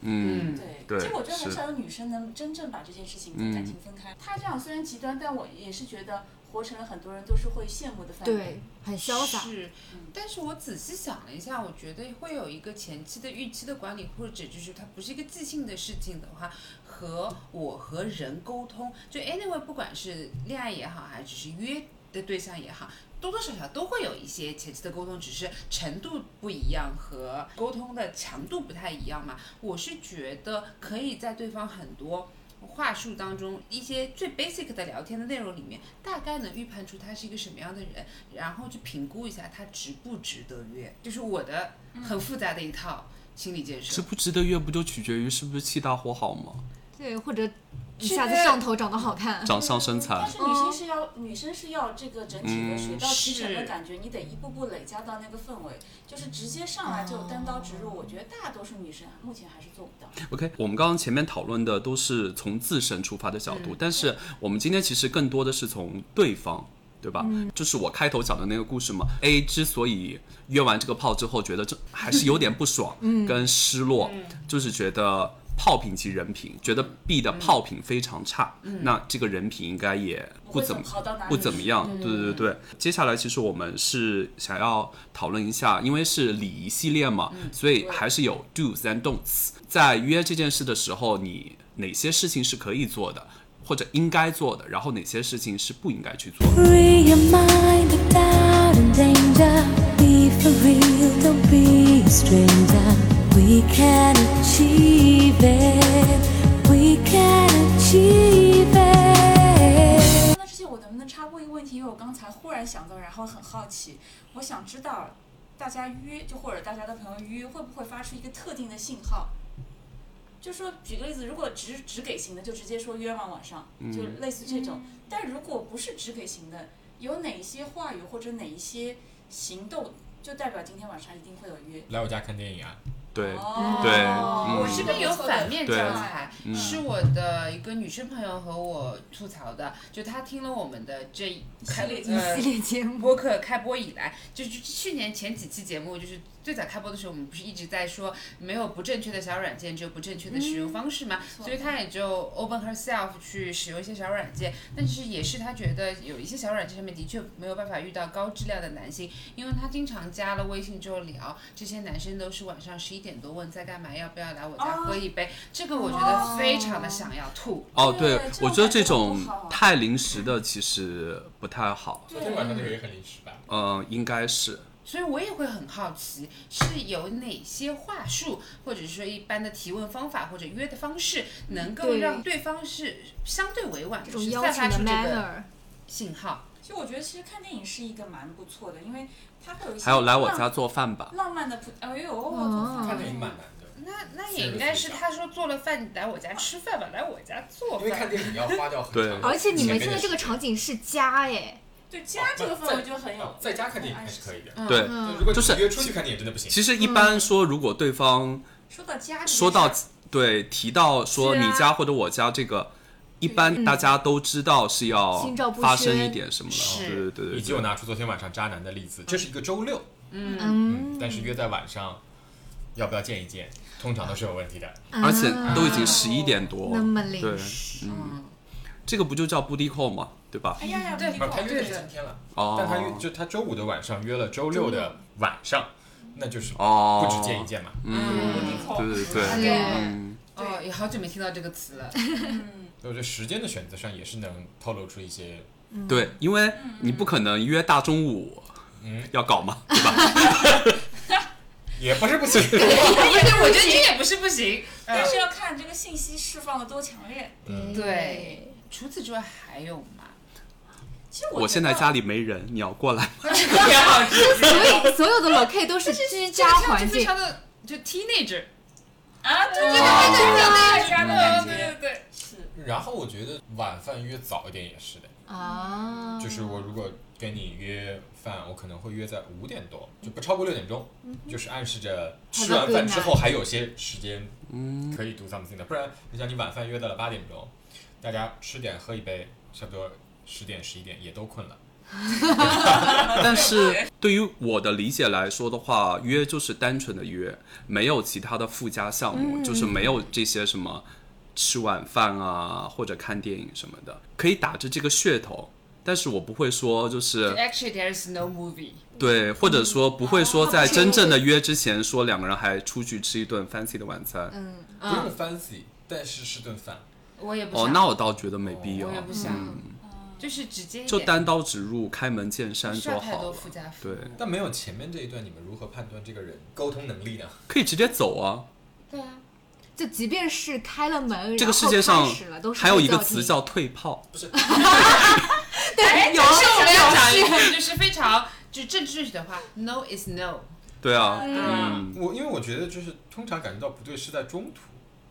Speaker 1: 嗯，对
Speaker 6: 对，
Speaker 1: 嗯
Speaker 6: 其实我觉得很
Speaker 1: 是
Speaker 6: 少有女生能真正把这件事情跟感情分开。她这样虽然极端，但我也是觉得活成了很多人都是会羡慕的范围
Speaker 4: 对。，很潇洒。
Speaker 5: 是，但是我仔细想了一下，我觉得会有一个前期的预期的管理，或者就是它不是一个即兴的事情的话，和我和人沟通，就 anyway，不管是恋爱也好，还只是约的对象也好。多多少少都会有一些前期的沟通，只是程度不一样和沟通的强度不太一样嘛。我是觉得可以在对方很多话术当中，一些最 basic 的聊天的内容里面，大概能预判出他是一个什么样的人，然后去评估一下他值不值得约，就是我的很复杂的一套心理建
Speaker 1: 值
Speaker 5: 设。
Speaker 1: 不值得约，不就取决于是不是气大火好吗？
Speaker 4: 对，或者一下子上头长得好看。
Speaker 1: 长相身材嗯
Speaker 6: 但。是女性是要、女生是要这个整体的水到渠成的
Speaker 5: 是
Speaker 6: 感觉，你得一步步累加到那个氛围，就是直接上来就单刀直入。我觉得大多数女生目前还是做不到。
Speaker 1: OK，我们刚刚前面讨论的都是从自身出发的角度，但是我们今天其实更多的是从对方，对吧？就是我开头讲的那个故事嘛。A 之所以约完这个炮之后，觉得这还是有点不爽，跟失落，就是觉得炮品及人品，觉得 B 的炮品非常差，那这个人品应该也嗯不怎么
Speaker 6: 不会好到哪里
Speaker 1: 不怎么样。对对对对。接下来其实我们是想要讨论一下，因为是礼仪系列嘛，所以还是有 do's and don'ts。在约这件事的时候，你哪些事情是可以做的，或者应该做的，然后哪些事情是不应该去做的？
Speaker 7: Free your mind of doubt and danger. Be for real, don't be a stranger. We can achieve it. We can achieve it.
Speaker 6: 那之前我能不能插播一个问题？因为我刚才忽然想到，然后很好奇，我想知道大家约就或者大家的朋友约会不会发出一个特定的信号？就说举个例子，如果只只给型的，就直接说约吗？晚上就
Speaker 1: 嗯
Speaker 6: 类似这种。
Speaker 5: 嗯
Speaker 6: 但如果不是只给型的，有哪一些话语或者哪一些行动，就代表今天晚上一定会有约？
Speaker 3: 来我家看电影啊！
Speaker 1: 对，
Speaker 6: 哦
Speaker 1: 对嗯
Speaker 5: 我这边有反面教
Speaker 1: 对
Speaker 5: 材，
Speaker 1: 嗯
Speaker 5: 是我的一个女生朋友和我吐槽的，就她听了我们的这一开
Speaker 6: 系列节
Speaker 5: 呃
Speaker 4: 系列节目，
Speaker 5: 播客开播以来，就是去年前几期节目，就是最早开播的时候，我们不是一直在说没有不正确的小软件，只有不正确的使用方式嘛、
Speaker 6: 错
Speaker 5: 所以她也就 open herself 去使用一些小软件，但是也是她觉得有一些小软件上面的确没有办法遇到高质量的男性，因为她经常加了微信之后聊，这些男生都是晚上十一点多问在干嘛，要不要来我家喝一杯，这个我觉得非常的想要吐。
Speaker 1: 哦，
Speaker 6: 对
Speaker 1: 对，
Speaker 6: 这
Speaker 1: 我
Speaker 6: 种
Speaker 1: 觉得这
Speaker 6: 感觉好
Speaker 1: 种
Speaker 6: 不好
Speaker 1: 太临时的其实不太好，
Speaker 3: 昨天晚上那个也很临时吧？
Speaker 1: 嗯、应该是。
Speaker 5: 所以我也会很好奇，是有哪些话术，或者说一般的提问方法，或者约的方式，能够
Speaker 4: 对
Speaker 5: 让对方是相对委婉，
Speaker 4: 这
Speaker 5: 就
Speaker 4: 种
Speaker 5: 是
Speaker 4: 邀
Speaker 5: 散发
Speaker 4: 请的
Speaker 5: 出这个
Speaker 4: manner，
Speaker 5: 信号。
Speaker 6: 其实我觉得，其实看电影是一个蛮不错的，因为它会有一些
Speaker 1: 还有来我
Speaker 6: 浪
Speaker 1: 家做饭吧，
Speaker 6: 浪漫的普，哎呦，我做
Speaker 4: 嗯
Speaker 3: 看电影蛮难的。
Speaker 5: 那那也应该是他说做了饭，你来我家吃饭吧，来我家做
Speaker 3: 因为看
Speaker 5: 饭。
Speaker 3: 电影要花掉很
Speaker 1: 对
Speaker 3: 长的
Speaker 4: 而且你们
Speaker 3: 前
Speaker 4: 现
Speaker 3: 面
Speaker 4: 在这个
Speaker 3: 时
Speaker 4: 场景是家哎，
Speaker 6: 对家这个氛围就很有
Speaker 3: 间，在家看电影还是可以的。
Speaker 5: 嗯
Speaker 1: 对，
Speaker 4: 嗯
Speaker 3: 如果
Speaker 1: 就是
Speaker 3: 你约出去看电影真的不行。
Speaker 1: 其实一般说，如果对方
Speaker 6: 说到家这个事儿，
Speaker 1: 说到对提到说
Speaker 4: 是啊嗯
Speaker 1: 你家或者我家这个，一般大家都知道是要
Speaker 4: 心照不
Speaker 1: 发生
Speaker 4: 宣
Speaker 1: 一点什么了。对对
Speaker 5: 是
Speaker 1: 对对
Speaker 3: 以及
Speaker 1: 对
Speaker 3: 我。拿出昨天晚上渣男的例子，这是一个周六，
Speaker 4: 嗯，
Speaker 3: 但是约在晚上，要不要见一见，通常都是有问题的。
Speaker 5: 嗯
Speaker 1: 而且都已经
Speaker 4: 啊
Speaker 1: 十一点多，
Speaker 4: 那么临
Speaker 1: 对，
Speaker 4: 时
Speaker 1: 嗯，这个不就叫 booty call 吗？对吧
Speaker 6: 哎？呀呀，
Speaker 5: 对
Speaker 6: 你
Speaker 3: 不
Speaker 6: 搞
Speaker 3: 是，他约的
Speaker 5: 对
Speaker 3: 是
Speaker 5: 的
Speaker 3: 今天了，
Speaker 1: 哦，
Speaker 3: 但他约就他周五的晚上约了周六的晚上，那就是
Speaker 1: 哦，
Speaker 3: 不止见一，见嘛。
Speaker 1: 嗯，对对对，
Speaker 4: 对
Speaker 1: 嗯，
Speaker 5: 哦，也好久没听到这个词 了。
Speaker 3: 所以我觉得时间的选择上也是能透露出一些，
Speaker 1: 对，因为你不可能约大中午
Speaker 3: 嗯，
Speaker 1: 要搞嘛，对吧？
Speaker 3: 也不是不行。
Speaker 5: 对，我觉得这也不是不行。嗯
Speaker 6: 但是要看这个信息释放的多强烈。
Speaker 4: 嗯
Speaker 5: 对，除此之外还有吗？
Speaker 6: 其实
Speaker 1: 我
Speaker 6: 觉
Speaker 1: 现
Speaker 6: 得
Speaker 1: 在家里没人，你要过来，
Speaker 4: 所以所有的 locate 都是居
Speaker 5: 这个
Speaker 4: 家
Speaker 5: 跳
Speaker 4: 环
Speaker 5: 就非
Speaker 4: 境
Speaker 5: 常，的就 teenager，
Speaker 6: 啊，对对
Speaker 5: 对
Speaker 6: 对对对，
Speaker 5: 对对对对对，
Speaker 6: 是
Speaker 3: 然后我觉得晚饭约早一点也是的，
Speaker 4: 啊，
Speaker 3: 就是我如果跟你约饭，我可能会约在五点多，就不超过六点钟，
Speaker 6: 嗯
Speaker 3: 就是暗示着吃完饭之后还有些时间
Speaker 1: 嗯，
Speaker 3: 可以 do something 的。不然，你想你晚饭约到了八点钟，大家吃点喝一杯，差不多十点十一点也都困了。
Speaker 1: 但是对于我的理解来说的话，约就是单纯的约，没有其他的附加项
Speaker 5: 嗯
Speaker 1: 目，就是没有这些什么吃晚饭啊或者看电影什么的，可以打着这个噱头，但是我不会说就是。
Speaker 5: Actually, there is no movie。
Speaker 1: 对，或者说不会说在真正的约之前说两个人还出去吃一顿 fancy 的晚餐。
Speaker 4: 嗯，
Speaker 3: 不用 fancy，但是是顿饭。
Speaker 5: 我也不
Speaker 1: 哦，
Speaker 5: 想，
Speaker 1: 那我倒觉得没必要嗯
Speaker 5: 啊我，也不想，就是直接一
Speaker 1: 就
Speaker 5: 点，
Speaker 1: 单刀直入，开门见山
Speaker 5: 不需
Speaker 1: 就
Speaker 5: 要太
Speaker 1: 好
Speaker 5: 多
Speaker 1: 了。
Speaker 5: 附加服
Speaker 1: 对，，
Speaker 5: 务
Speaker 3: 但没有前面这一段，你们如何判断这个人沟通能力呢？
Speaker 1: 可以直接走啊。
Speaker 5: 对啊，
Speaker 4: 就即便是开了门，
Speaker 1: 这个
Speaker 4: 然后
Speaker 1: 世界上
Speaker 4: 开始了都是
Speaker 1: 还有一
Speaker 4: 睡
Speaker 1: 个
Speaker 4: 觉
Speaker 1: 词
Speaker 4: 厅
Speaker 1: 叫退炮，
Speaker 4: 对，有
Speaker 5: 哎
Speaker 6: 啊
Speaker 5: 但是我们要讲
Speaker 4: 有
Speaker 5: 一句就是非常就正确的话，No is no。
Speaker 1: 对啊，
Speaker 5: 嗯
Speaker 1: 嗯，
Speaker 3: 我因为我觉得就是通常感觉到不对是在中途，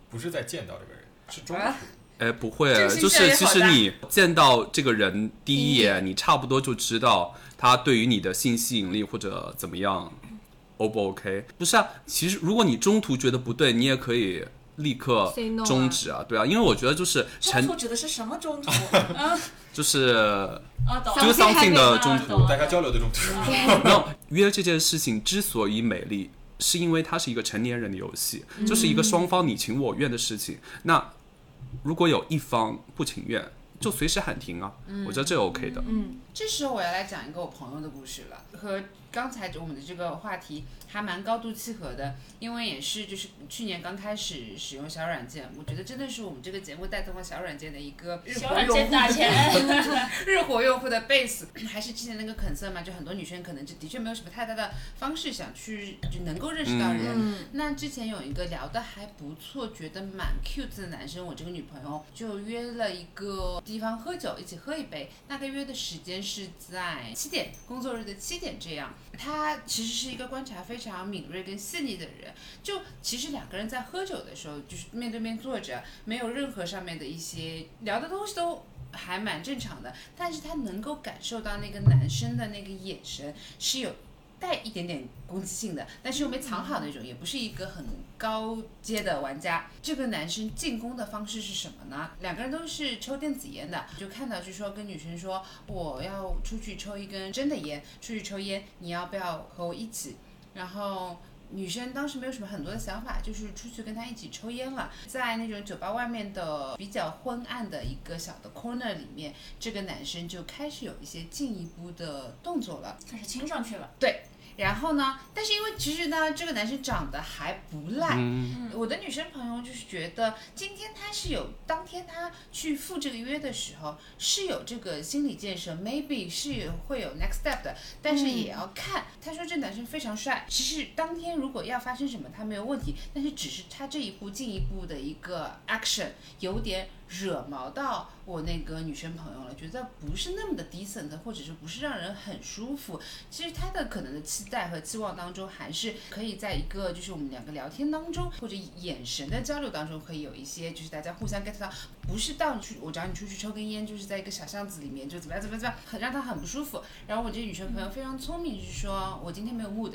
Speaker 3: 不是在见到这个人，是中途。
Speaker 5: 啊
Speaker 1: 哎，不会
Speaker 5: 这个，信息
Speaker 1: 就
Speaker 5: 量
Speaker 1: 是
Speaker 5: 也
Speaker 1: 其
Speaker 5: 好
Speaker 1: 实
Speaker 5: 大
Speaker 1: 你见到这个人第一眼，你差不多就知道他对于你的性吸引力或者怎么样，O 不 OK？不是啊，其实如果你中途觉得不对，你也可以立刻
Speaker 4: Say no 啊
Speaker 1: 终止啊，对啊，因为我觉得就是
Speaker 6: 中途
Speaker 1: 沉，
Speaker 6: 指的是什么中 途？啊
Speaker 1: 就是
Speaker 6: 啊，懂
Speaker 1: do
Speaker 6: 了
Speaker 1: something 的
Speaker 6: 啊
Speaker 1: 中
Speaker 6: 懂
Speaker 1: 途
Speaker 6: 了，
Speaker 3: 大家交流的中途，
Speaker 1: 没有约这件事情之所以美丽，是因为它是一个成年人的游戏，
Speaker 4: 嗯
Speaker 1: 就是一个双方你情我愿的事情。那如果有一方不情愿，就随时喊停啊，
Speaker 4: 嗯
Speaker 1: 我觉得这 OK 的。
Speaker 5: 这时候我要来讲一个我朋友的故事了，和刚才我们的这个话题还蛮高度契合的，因为也是就是去年刚开始使用小软件，我觉得真的是我们这个节目带动了小软件的一个日
Speaker 6: 小
Speaker 5: 活
Speaker 6: 软
Speaker 5: 用
Speaker 6: 件
Speaker 5: 户
Speaker 6: 打钱，
Speaker 5: 日活用户的 base 还是之前那个 concern 嘛，就很多女生可能就的确没有什么太大的方式想去就能够认识到人。那之前有一个聊的还不错，觉得蛮 cute 的男生，我这个女朋友就约了一个地方喝酒，一起喝一杯。那个约的时间是在七点，工作日的七点这样。他其实是一个观察非常敏锐跟细腻的人，就其实两个人在喝酒的时候，就是面对面坐着，没有任何上面的一些聊的东西都还蛮正常的，但是他能够感受到那个男生的那个眼神是有带一点点攻击性的，但是又没藏好那种，也不是一个很高阶的玩家。这个男生进攻的方式是什么呢？两个人都是抽电子烟的，就看到就说跟女生说我要出去抽一根真的烟，出去抽烟，你要不要和我一起？然后。女生当时没有什么很多的想法，就是出去跟他一起抽烟了，在那种酒吧外面的比较昏暗的一个小的 corner 里面，这个男生就开始有一些进一步的动作了。
Speaker 6: 开始亲上去了。
Speaker 5: 对，然后呢，但是因为其实呢，这个男生长得还不赖，我的女生朋友就是觉得今天他是有，当天他去赴这个约的时候是有这个心理建设，maybe 是有会有 next step 的，但是也要看。他说这男生非常帅，其实当天如果要发生什么他没有问题，但是只是他这一步进一步的一个 action 有点惹毛到我那个女生朋友了，觉得不是那么的 decent，或者是不是让人很舒服。其实他的可能的期待和期望当中，还是可以在一个就是我们两个聊天当中，或者眼神的交流当中，可以有一些就是大家互相 get 到，不是到你去我找你出去抽根烟，就是在一个小巷子里面就怎么样怎么样怎么样，很让他很不舒服。然后我这个女生朋友非常聪明，就是说我今天没有 mood。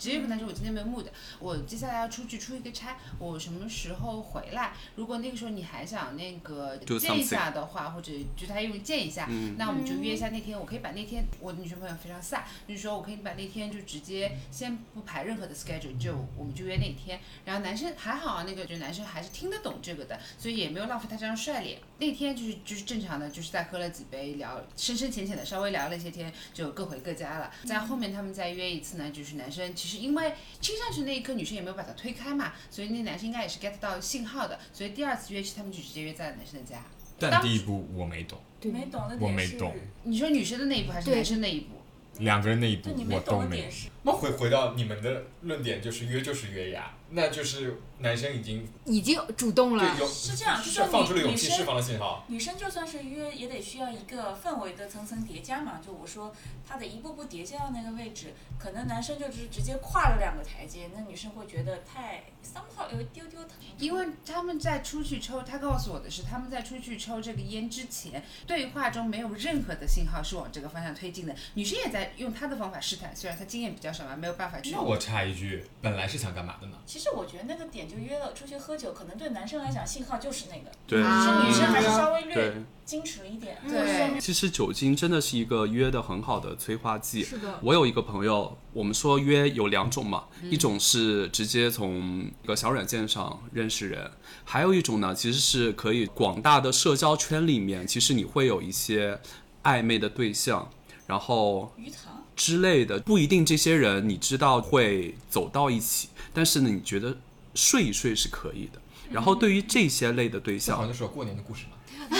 Speaker 5: 直接跟他说我今天没有 mood，我接下来要出去出一个差，我什么时候回来？如果那个时候你还想那个
Speaker 1: Do
Speaker 5: 见一下的话，或者就他用见一下，那我们就约一下那天，我可以把那天我的女生朋友非常飒，就是说我可以把那天就直接先不排任何的 schedule，就我们就约那天。然后男生还好啊，那个就男生还是听得懂这个的，所以也没有浪费他这张帅脸。那天就是就是正常的，就是再喝了几杯，聊深深浅浅的稍微聊了一些天，就各回各家了。在后面他们再约一次呢，就是男生其实因为亲上去那一刻女生也没有把他推开嘛，所以那男生应该也是 get 到信号的，所以第二次约去他们就直接约在男生的家。
Speaker 3: 但第一步我没懂，
Speaker 4: 对
Speaker 6: 没懂的
Speaker 3: 我
Speaker 6: 点
Speaker 3: 没
Speaker 6: 是，
Speaker 3: 懂
Speaker 5: 你说女生的那一步还是
Speaker 4: 对
Speaker 5: 男生那一步？
Speaker 3: 两个人那一步
Speaker 6: 对你
Speaker 3: 我
Speaker 6: 没
Speaker 3: 都
Speaker 6: 懂的
Speaker 3: 没
Speaker 6: 点
Speaker 3: 有。
Speaker 6: 是，
Speaker 3: 那回回到你们的论点，就是约就是约呀，那就是男生已经
Speaker 4: 已经主动了
Speaker 3: 对，有
Speaker 6: 是这样就是说
Speaker 3: 放出了
Speaker 6: 女
Speaker 3: 勇气
Speaker 6: 女生
Speaker 3: 释放了信号。
Speaker 6: 女生就算是约，也得需要一个氛围的层层叠加嘛。就我说，她的一步步叠加到那个位置，可能男生就是直接跨了两个台阶，那女生会觉得太 somehow 有一丢丢疼。
Speaker 5: 因为他们在出去抽，他告诉我的是，他们在出去抽这个烟之前，对话中没有任何的信号是往这个方向推进的。女生也在用她的方法试探，虽然她经验比较少嘛，没有办法去
Speaker 3: 那。我插一句，本来是想干嘛的呢？
Speaker 6: 其实我觉得那个点就约了出去喝酒，可能对男生来讲信号就是那个，
Speaker 1: 对，
Speaker 5: 啊
Speaker 6: 女生还是
Speaker 3: 对啊
Speaker 6: 稍微
Speaker 1: 嗯
Speaker 6: 略
Speaker 1: 对。
Speaker 6: 矜持一点。
Speaker 5: 对，
Speaker 1: 其实酒精真的是一个约的很好的催化剂。
Speaker 4: 是的，
Speaker 1: 我有一个朋友，我们说约有两种嘛，一种是直接从一个小软件上认识人，还有一种呢，其实是可以广大的社交圈里面，其实你会有一些暧昧的对象，然后
Speaker 6: 鱼塘，
Speaker 1: 之类的，不一定这些人你知道会走到一起，但是呢，你觉得睡一睡是可以的。然后对于这些类的对
Speaker 3: 这好
Speaker 1: 象
Speaker 3: 像，就是我过年的故事嘛。
Speaker 6: 哎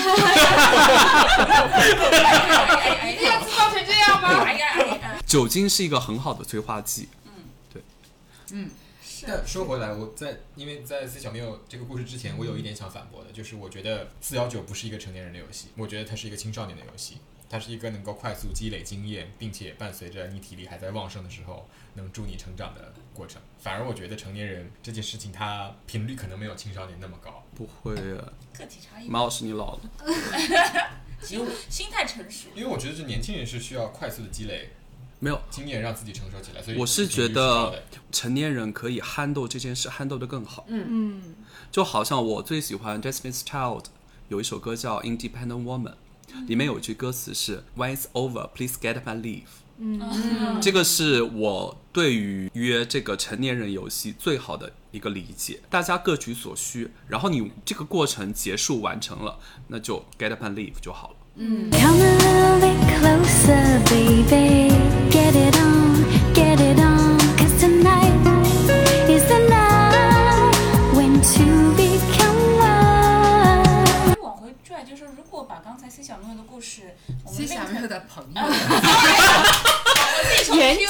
Speaker 5: 第二次造成这
Speaker 1: 啊
Speaker 5: 样吗？
Speaker 6: 哎呀，哎呀，
Speaker 1: 酒精是一个很好的催化剂。
Speaker 3: 但说回来，我在因为在 C 小缪这个故事之前，我有一点想反驳的，就是我觉得四幺九不是一个成年人的游戏，我觉得它是一个青少年的游戏，它是一个能够快速积累经验，并且伴随着你体力还在旺盛的时候，能助你成长的过程。反而我觉得成年人这件事情，它频率可能没有青少年那么高。
Speaker 1: 不会啊，
Speaker 6: 个体差异，
Speaker 1: 马老师你老了。
Speaker 6: 心心态成熟。
Speaker 3: 因为我觉得这年轻人是需要快速的积累
Speaker 1: 没有，
Speaker 3: 经验，让自己成熟起来。所以
Speaker 1: 我是
Speaker 3: 频率
Speaker 1: 觉
Speaker 3: 高
Speaker 1: 得
Speaker 3: 的
Speaker 1: 成年人可以 handle 这件事 handle 的更好。
Speaker 4: 嗯，
Speaker 1: 就好像我最喜欢 Destiny's Child 有一首歌叫 Independent Woman，里面有一句歌词是 When it's over, please get up and leave。
Speaker 6: 嗯，
Speaker 1: 这个是我对于约这个成年人游戏最好的一个理解。大家各取所需，然后你这个过程结束完成了，那就 get up and leave 就好了。
Speaker 7: Come a little bit closer, baby. Get it on, get it on. Cause tonight is the night when two become one.
Speaker 6: 往回拽，就是如果把刚才 C 小妹的故事，我们
Speaker 5: 谢小缪
Speaker 6: link
Speaker 5: 的朋 友，
Speaker 4: 严谨。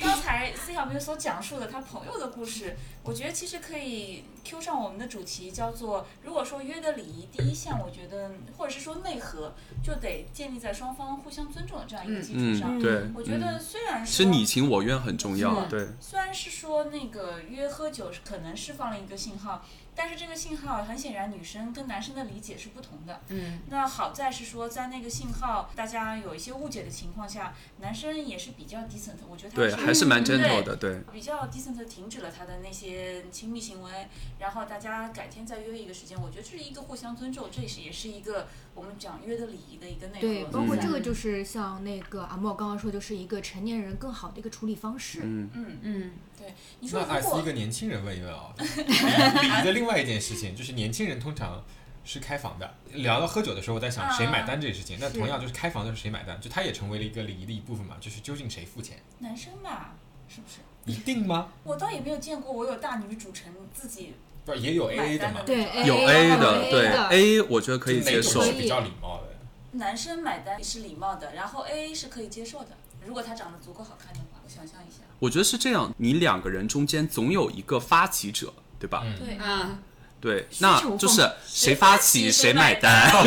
Speaker 6: 刚才 C 小朋友所讲述的他朋友的故事，我觉得其实可以 Q 上我们的主题，叫做如果说约的礼仪，第一项我觉得或者是说内核，就得建立在双方互相尊重的这样一个基础上。
Speaker 1: 嗯，对，
Speaker 6: 我觉得虽然
Speaker 1: 是
Speaker 6: 说
Speaker 1: 你情我愿很重要。啊对，
Speaker 6: 虽然是说那个约喝酒是可能释放了一个信号，但是这个信号很显然女生跟男生的理解是不同的。
Speaker 5: 嗯，
Speaker 6: 那好在是说在那个信号大家有一些误解的情况下，男生也是比较 decent，我觉得他
Speaker 1: 对，还是蛮 gentle 的。对，
Speaker 6: 比较 decent 地停止了他的那些亲密行为，然后大家改天再约一个时间，我觉得这是一个互相尊重，这也是也是一个我们讲约的礼仪的一个内
Speaker 4: 对，
Speaker 6: 核。
Speaker 4: 包括
Speaker 1: 嗯
Speaker 4: 这个就是像那个阿莫刚刚说，就是一个成年人更好的一个处理方式。
Speaker 1: 嗯。
Speaker 6: 嗯，
Speaker 5: 嗯，
Speaker 6: 你说
Speaker 3: 那艾
Speaker 6: 如
Speaker 3: 斯一
Speaker 6: 果
Speaker 3: 个年轻人问一问啊、礼仪的另外一件事情就是年轻人通常是开房的。聊到喝酒的时候，我在想
Speaker 6: 啊
Speaker 3: 谁买单这件事情。那
Speaker 4: 是
Speaker 3: 同样就是开房的是谁买单，就它也成为了一个礼仪的一部分嘛，就是究竟谁付钱，
Speaker 6: 男生嘛，是不是？
Speaker 3: 一定吗？
Speaker 6: 我倒也没有见过，我有大女主成自己
Speaker 3: 不是也有 A
Speaker 6: 买
Speaker 3: A 的
Speaker 6: 单
Speaker 3: 吗？
Speaker 4: 对
Speaker 1: 哎有
Speaker 4: A
Speaker 1: A 的，对
Speaker 4: 的
Speaker 1: A 我觉得可以接受
Speaker 3: 就哪种
Speaker 4: 可以
Speaker 3: 是比较礼貌的。
Speaker 6: 男生买单是礼貌的，然后 A A 是可以接受的，如果他长得足够好看的话，我想象一下，
Speaker 1: 我觉得是这样，你两个人中间总有一个发起者，对吧？
Speaker 3: 嗯
Speaker 6: 对，
Speaker 5: 啊，
Speaker 1: 对，
Speaker 4: 需
Speaker 1: 那
Speaker 4: 求
Speaker 1: 就是
Speaker 4: 方
Speaker 1: 谁发起谁买单。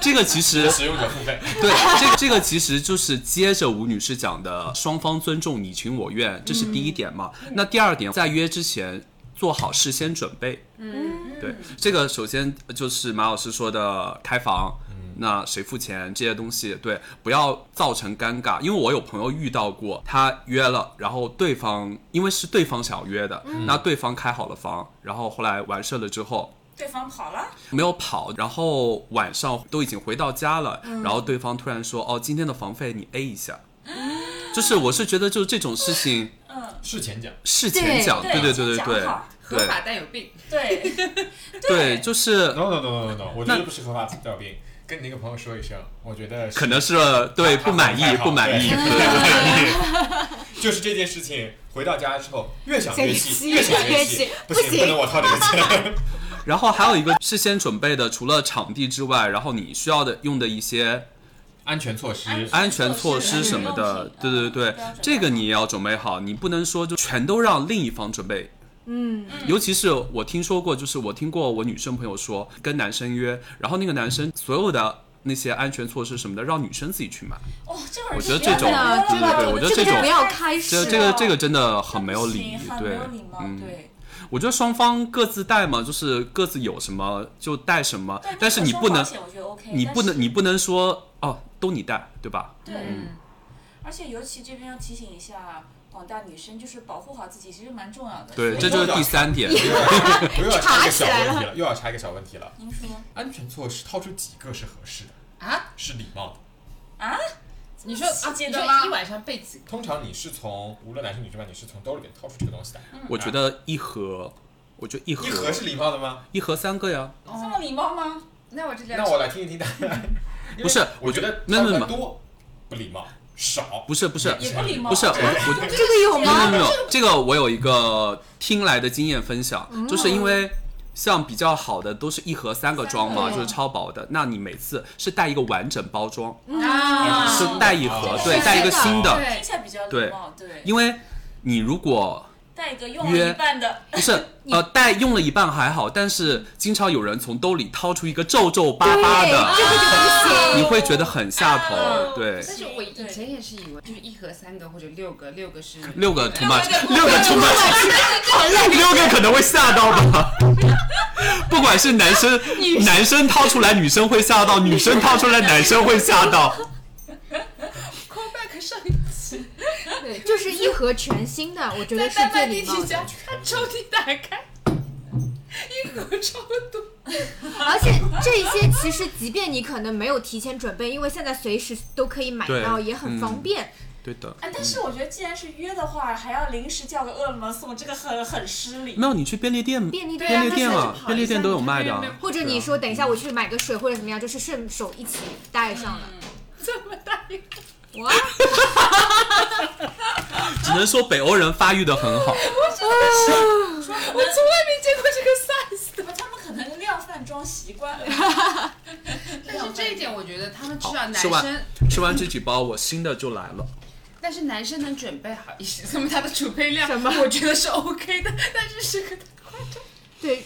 Speaker 1: 这个其实
Speaker 3: 使用者付费，
Speaker 1: 对，这个这个其实就是接着吴女士讲的，双方尊重你情我愿，这是第一点嘛。那第二点，在约之前做好事先准备。
Speaker 5: 嗯，
Speaker 1: 对，这个首先就是马老师说的开房，那谁付钱这些东西，对，不要造成尴尬。因为我有朋友遇到过，他约了，然后对方因为是对方想要约的，那对方开好了房，然后后来完事了之后，
Speaker 6: 对方跑了，
Speaker 1: 没有跑，然后晚上都已经回到家了，然后对方突然说：“哦，今天的房费你 A 一下。”就是我是觉得就是这种事情
Speaker 3: 事前讲，
Speaker 1: 事前讲，对
Speaker 6: 对
Speaker 1: 对对对
Speaker 6: 讲
Speaker 1: 对
Speaker 6: 好
Speaker 5: 合法但有病，
Speaker 6: 对，
Speaker 1: 对，就是
Speaker 3: no no no no no no，我觉 得不是合法调兵，跟你那个朋友说一声，我觉得
Speaker 1: 可能是对
Speaker 3: 他
Speaker 1: 不满
Speaker 3: 他
Speaker 1: 意，
Speaker 3: 不太好
Speaker 1: 不满意， 对，
Speaker 3: 就是这件事情，回到家之后越想越气，
Speaker 4: 气
Speaker 3: 越想
Speaker 4: 越
Speaker 3: 气
Speaker 4: 气，
Speaker 3: 不
Speaker 4: 不
Speaker 3: 行，
Speaker 4: 行
Speaker 3: 不能我掏这个钱，
Speaker 1: 然后还有一个事先准备的，除了场地之外，然后你需要的用的一些
Speaker 3: 安全措施，
Speaker 6: 安
Speaker 1: 安全措施什么的，对对对
Speaker 6: 嗯都要准备好，
Speaker 1: 这个你也要准备好，你不能说就全都让另一方准备。
Speaker 4: 嗯，
Speaker 1: 尤其是我听说过，就是我听过我女生朋友说，跟男生约，然后那个男生所有的那些安全措施什么的，让女生自己去买，
Speaker 6: 哦，这种人
Speaker 1: 我觉得
Speaker 6: 是
Speaker 1: 这种
Speaker 6: 绝了
Speaker 1: 对对对我觉得
Speaker 4: 这
Speaker 1: 这
Speaker 4: 个
Speaker 1: 种
Speaker 4: 不要开
Speaker 1: 这
Speaker 4: 始，
Speaker 1: 这个这个真的很没有
Speaker 6: 不
Speaker 1: 礼
Speaker 6: 行
Speaker 1: 仪，
Speaker 6: 啊很没
Speaker 1: 对嗯
Speaker 6: 有礼貌，对。
Speaker 1: 我觉得双方各自带嘛，就是各自有什么就带什么，但是你不能，
Speaker 6: 我觉得 OK，
Speaker 1: 你不
Speaker 6: 但是
Speaker 1: 能，你不能说哦，都你带，对吧？
Speaker 5: 嗯
Speaker 6: 对，而且尤其这边要提醒一下广大女生，就是保护好自己，其实蛮重要的。
Speaker 1: 对，
Speaker 6: 所
Speaker 1: 这
Speaker 6: 以
Speaker 1: 就是第三点。
Speaker 6: 嗯
Speaker 3: 又要又要插一个小问
Speaker 4: 查起
Speaker 3: 题
Speaker 4: 来
Speaker 3: 了，又要插一个小问题了。
Speaker 6: 您说
Speaker 3: 安全措施掏出几个是合适的
Speaker 1: 嗯
Speaker 5: 啊？
Speaker 3: 是礼貌的。
Speaker 5: 你说啊，
Speaker 6: 细节
Speaker 5: 你
Speaker 6: 的
Speaker 5: 说
Speaker 6: 啦
Speaker 5: 一晚上被几
Speaker 3: 通常你是从无论男生女生吧，你是从兜里面掏出这个东西的。
Speaker 1: 我觉得一盒，我觉得一盒
Speaker 3: 一盒是礼貌的吗？
Speaker 1: 一盒三个呀，
Speaker 6: 这么礼貌吗？
Speaker 5: 那我这啊两
Speaker 3: 那我来听一听大家。 因为
Speaker 1: 不是
Speaker 3: 我觉得
Speaker 1: 我觉没没没
Speaker 3: 掏出来多不礼貌，少
Speaker 1: 不是不是
Speaker 6: 也不礼貌，
Speaker 1: 不是我我
Speaker 4: 这个有
Speaker 1: 没有
Speaker 4: 吗？
Speaker 1: 没有没有，啊这个嗯我有一个听来的经验分享，就是因为像比较好的都是一盒三个装嘛，
Speaker 6: 三个
Speaker 1: 就是超薄的，那你每次是带一个完整包装，
Speaker 5: 啊
Speaker 1: 是带一盒，
Speaker 3: 哦
Speaker 1: 对，带一个新的，
Speaker 5: 对
Speaker 6: 听起来比较礼
Speaker 1: 对
Speaker 6: 貌，对，
Speaker 1: 因为你如果
Speaker 6: 带一个用了一半的，
Speaker 1: 不 是呃带用了一半还好，但是经常有人从兜里掏出一个皱皱巴巴的，
Speaker 4: 这个就不
Speaker 1: 你
Speaker 4: 行。
Speaker 1: 会觉得很下头
Speaker 6: 啊，
Speaker 1: 对。
Speaker 5: 但是我以前也是以为就是一盒三个或者六个，六个是
Speaker 1: 六个 too much，
Speaker 6: 六个
Speaker 1: 六个 too much，六个可能会吓到吧。不管是男生，男生掏出来，女生会吓到；女生掏出来，男生会吓到。
Speaker 5: callback 上一期，
Speaker 4: 对，就是一盒全新的，我觉
Speaker 5: 在
Speaker 4: 得是
Speaker 5: 丹麦地
Speaker 4: 最礼貌
Speaker 5: 区
Speaker 4: 的。
Speaker 5: 家，他抽屉打开，一盒超多，
Speaker 4: 而且这些其实，即便你可能没有提前准备，因为现在随时都可以买
Speaker 1: 对嗯
Speaker 4: 到，也很方便。
Speaker 1: 对的，
Speaker 6: 哎，但是我觉得既然是约的话，还要临时叫个饿了么送，这个很很失礼
Speaker 1: 没。有你去便利店，
Speaker 4: 便利店
Speaker 1: 便利
Speaker 4: 它
Speaker 1: 店
Speaker 4: 是
Speaker 1: 啊
Speaker 5: 去，跑
Speaker 1: 便利
Speaker 5: 一下
Speaker 1: 店都有
Speaker 5: 你看
Speaker 1: 卖的
Speaker 5: 有
Speaker 1: 啊
Speaker 5: 没有。
Speaker 4: 或者你说等一下我去买个水或者怎么样，就是顺手一起带上了。
Speaker 6: 嗯
Speaker 5: 这么大一个，
Speaker 4: 哇，
Speaker 6: 啊
Speaker 1: 只能说北欧人发育的很好。
Speaker 5: 我从来没见过这个 size 的。
Speaker 6: 他们可能量贩装习惯了，
Speaker 5: 但是这一点，我觉得他们至啊少男
Speaker 1: 吃
Speaker 5: 生
Speaker 1: 完，吃完这几包，我新的就来了。
Speaker 5: 但是男生能准备好一些，那么他的储备量，我觉得是 OK 的。但是是个
Speaker 4: 对，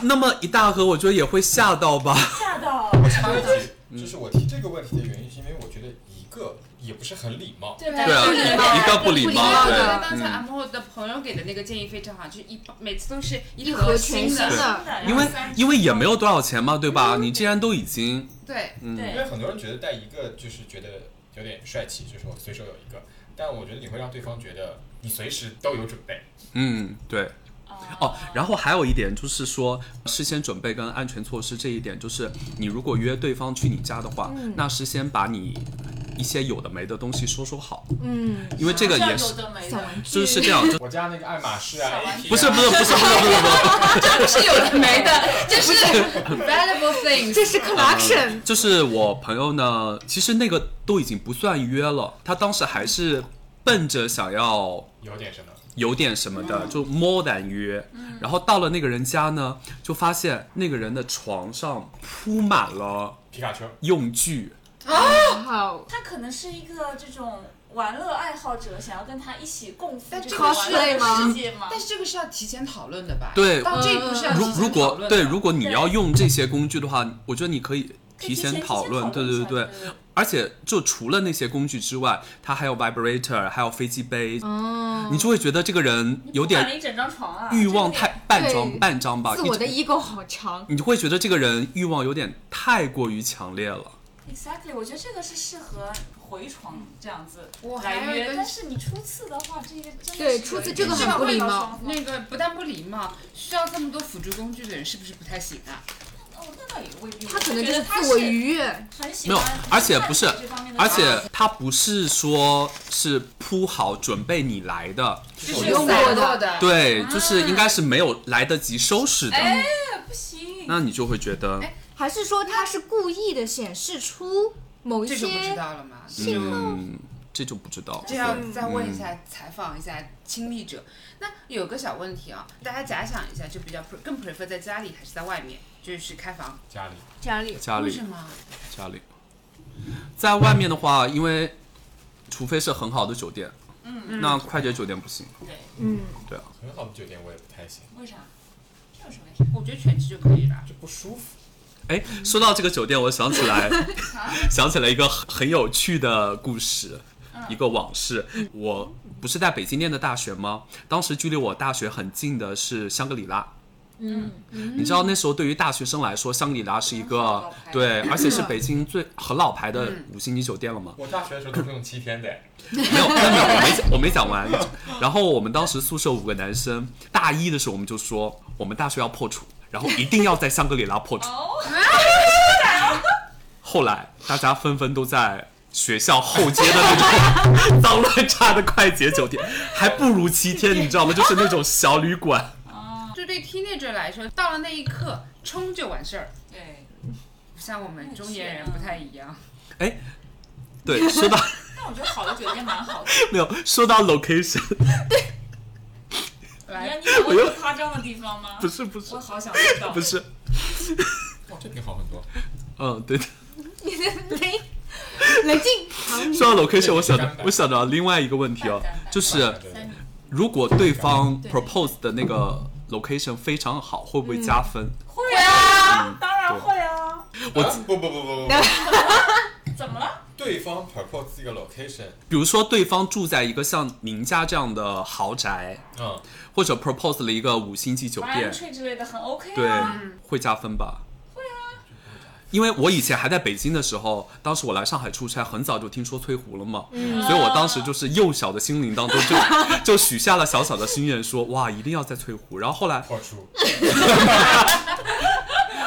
Speaker 1: 那么一大盒，我觉得也会吓到吧。
Speaker 6: 吓到。
Speaker 3: 我插一
Speaker 1: 嗯
Speaker 3: 句，就是我提这个问题的原因，是因为我觉得一个也不是很礼貌。
Speaker 5: 对
Speaker 1: 对啊，一个不礼
Speaker 4: 不礼
Speaker 1: 貌，
Speaker 4: 貌
Speaker 5: 我
Speaker 1: 对
Speaker 5: 觉
Speaker 4: 的
Speaker 5: 得，刚才
Speaker 1: 嗯
Speaker 5: 阿莫的朋友给的那个建议非常好，就是一每次都是一
Speaker 4: 一盒
Speaker 5: 新
Speaker 4: 全新的，
Speaker 1: 因为因为也没有多少钱嘛，对吧？你既然都已经
Speaker 5: 对，
Speaker 1: 嗯
Speaker 6: 对
Speaker 3: 因为很多人觉得带一个就是觉得有点帅气，就是我随手有一个，但我觉得你会让对方觉得你随时都有准备。
Speaker 1: 嗯，对。哦，然后还有一点就是说，事先准备跟安全措施这一点，就是你如果约对方去你家的话，
Speaker 6: 嗯
Speaker 1: 那事先把你一些有的没的东西说说好，
Speaker 4: 嗯，
Speaker 1: 因为这个
Speaker 6: 像
Speaker 1: 也
Speaker 6: 有
Speaker 1: 是
Speaker 6: 的没
Speaker 4: 小
Speaker 6: 的，
Speaker 4: 玩具
Speaker 1: 就是这样，就
Speaker 3: 我家那个爱马仕啊
Speaker 6: 小玩
Speaker 3: ，AP
Speaker 6: 具
Speaker 3: 啊
Speaker 1: 不是不是不是不是不 是不是，
Speaker 5: 不是有的没的，这是 valuable things。
Speaker 4: 这
Speaker 1: 嗯
Speaker 4: 是 collection，
Speaker 1: 就是我朋友呢，其实那个都已经不算约了，他当时还是奔着想要
Speaker 3: 有点什么。
Speaker 1: 有点什么的，
Speaker 6: 嗯
Speaker 1: 就 more than 约。然后到了那个人家呢，就发现那个人的床上铺满了
Speaker 3: 皮卡丘，
Speaker 1: 用具，
Speaker 4: 好，
Speaker 6: 它可能是一个这种玩乐爱好者想要跟他一起共赴
Speaker 5: 但
Speaker 6: 这
Speaker 5: 这
Speaker 6: 个
Speaker 5: 个
Speaker 6: 玩
Speaker 5: 是
Speaker 6: 乐的世界吗？
Speaker 5: 但是这个是要提前讨论的吧？
Speaker 1: 对
Speaker 5: 到这一步是要提
Speaker 1: 如如
Speaker 5: 前嗯讨
Speaker 1: 果
Speaker 5: 论的
Speaker 1: 对，如果你要用这些工具的话，我觉得你可以
Speaker 6: 可以提
Speaker 1: 前
Speaker 6: 前
Speaker 1: 讨论，对
Speaker 6: 提前讨论一
Speaker 1: 对
Speaker 6: 下对对对
Speaker 1: 而且就除了那些工具之外，它还有 vibrator，还有飞机杯，
Speaker 4: 嗯，
Speaker 1: 你就会觉得这个人
Speaker 6: 你
Speaker 1: 有
Speaker 6: 铺满了
Speaker 1: 点
Speaker 6: 一整张床啊，
Speaker 1: 欲望
Speaker 6: 真的
Speaker 1: 太半
Speaker 4: 对
Speaker 1: 张半张吧，
Speaker 4: 自
Speaker 1: 一
Speaker 4: 我的
Speaker 1: 直
Speaker 4: ego 好强，
Speaker 1: 你就会觉得这个人欲望有点太过于强烈了。
Speaker 6: Exactly，我觉得这个是适合回床这样子
Speaker 5: 我还有
Speaker 6: 来
Speaker 5: 一
Speaker 6: 约，
Speaker 5: 个
Speaker 6: 但是你初次的话，这个真的是
Speaker 4: 对初次
Speaker 6: 有
Speaker 4: 这个
Speaker 6: 点
Speaker 4: 很不礼貌
Speaker 6: 伤到双方
Speaker 5: 那个不但不礼貌，需要这么多辅助工具的人是不是不太行啊？
Speaker 6: 哦，那倒也未必。
Speaker 4: 他可能就
Speaker 6: 我觉
Speaker 4: 是
Speaker 6: 得他
Speaker 4: 自我愉悦，
Speaker 6: 很喜
Speaker 1: 没有
Speaker 6: 欢，
Speaker 1: 而且
Speaker 6: 探
Speaker 1: 不
Speaker 6: 索
Speaker 1: 是
Speaker 6: 这方面，的
Speaker 1: 而
Speaker 6: 东
Speaker 1: 且
Speaker 6: 西
Speaker 1: 他不是说是铺好准备你来的，
Speaker 5: 就是
Speaker 4: 有
Speaker 5: 散
Speaker 4: 我的
Speaker 5: 落的。
Speaker 1: 对，就是应该是没有来得及收拾的，
Speaker 6: 哎不行，
Speaker 1: 那你就会觉得
Speaker 4: 还是说他是故意的显示出某
Speaker 5: 这就不知
Speaker 4: 些
Speaker 5: 道了嘛，
Speaker 4: 信号？
Speaker 1: 嗯，这就不知道。
Speaker 5: 这要再问一下，采访一下亲历者。那有个小问题啊，大家假想一下，就比较 pre- 更 prefer 在家里还是在外面，就是开房？
Speaker 3: 家里
Speaker 4: 家里
Speaker 1: 家
Speaker 5: 为
Speaker 1: 里
Speaker 5: 什么？
Speaker 1: 家里，在外面的话，因为除非是很好的酒店，嗯，那快捷酒店不行。
Speaker 6: 对，
Speaker 4: 嗯，
Speaker 3: 很好的酒店我也不太行，
Speaker 6: 为啥？这有什么问题？
Speaker 5: 我觉得全职就可以了。
Speaker 3: 就不舒服。
Speaker 1: 哎，说到这个酒店，我想起 来，想起来一个很很有趣的故事，一个往事。我不是在北京念的大学吗？当时距离我大学很近的是香格里拉。嗯，你知道那时候对于大学生来说，香格里拉是一个
Speaker 5: 老牌
Speaker 1: 对，而且是北京最很老牌的五星级酒店了嘛。
Speaker 3: 我大学的时候都是用七天的，
Speaker 1: 没有，没有，我没讲我没讲完。然后我们当时宿舍五个男生，大一的时候我们就说，我们大学要破处，然后一定要在香格里拉破处。
Speaker 6: 哦
Speaker 1: 后来大家纷纷都在学校后街的那种脏乱差的快捷酒店，还不如七天，你知道吗？就是那种小旅馆。
Speaker 5: 就对 teenager 来说，到了那一刻冲就完事儿，
Speaker 6: 对，
Speaker 5: 不像我们中年人不太一样。
Speaker 1: 对，说到
Speaker 6: 但我觉得好的酒店蛮好的，
Speaker 1: 没有，说到 location，
Speaker 6: 你要
Speaker 5: 来，
Speaker 6: 你想问过夸张的地方吗？
Speaker 1: 不是不是
Speaker 6: 我好想知道，
Speaker 1: 不是，
Speaker 3: 哇，这挺好很多。
Speaker 1: 嗯，对的。
Speaker 4: 雷雷静，好你
Speaker 1: 说到 location，我想
Speaker 3: 对
Speaker 1: 到
Speaker 3: 对对
Speaker 1: 我想到另外一个问题哦
Speaker 6: 对对，对
Speaker 1: 就是
Speaker 3: 对对
Speaker 6: 三
Speaker 1: 如果对方 propose 的那个 location 非常好，会不会加分？
Speaker 6: 会啊，当然会啊，
Speaker 1: 我
Speaker 3: 啊不不不不不，
Speaker 6: 怎么了？
Speaker 3: 对方 propose 一个 location，
Speaker 1: 比如说对方住在一个像您家这样的豪宅，
Speaker 3: 嗯，
Speaker 1: 或者 propose 了一个五星级酒
Speaker 6: 马来
Speaker 1: 店，
Speaker 6: 吹之类的很 OK
Speaker 1: 对
Speaker 6: 啊，，
Speaker 1: 会啊加分吧？因为我以前还在北京的时候，当时我来上海出差，很早就听说翠湖了嘛，所以我当时就是幼小的心灵当 中就就许下了小小的心愿说，哇，一定要在翠湖。然后后来
Speaker 3: 破处，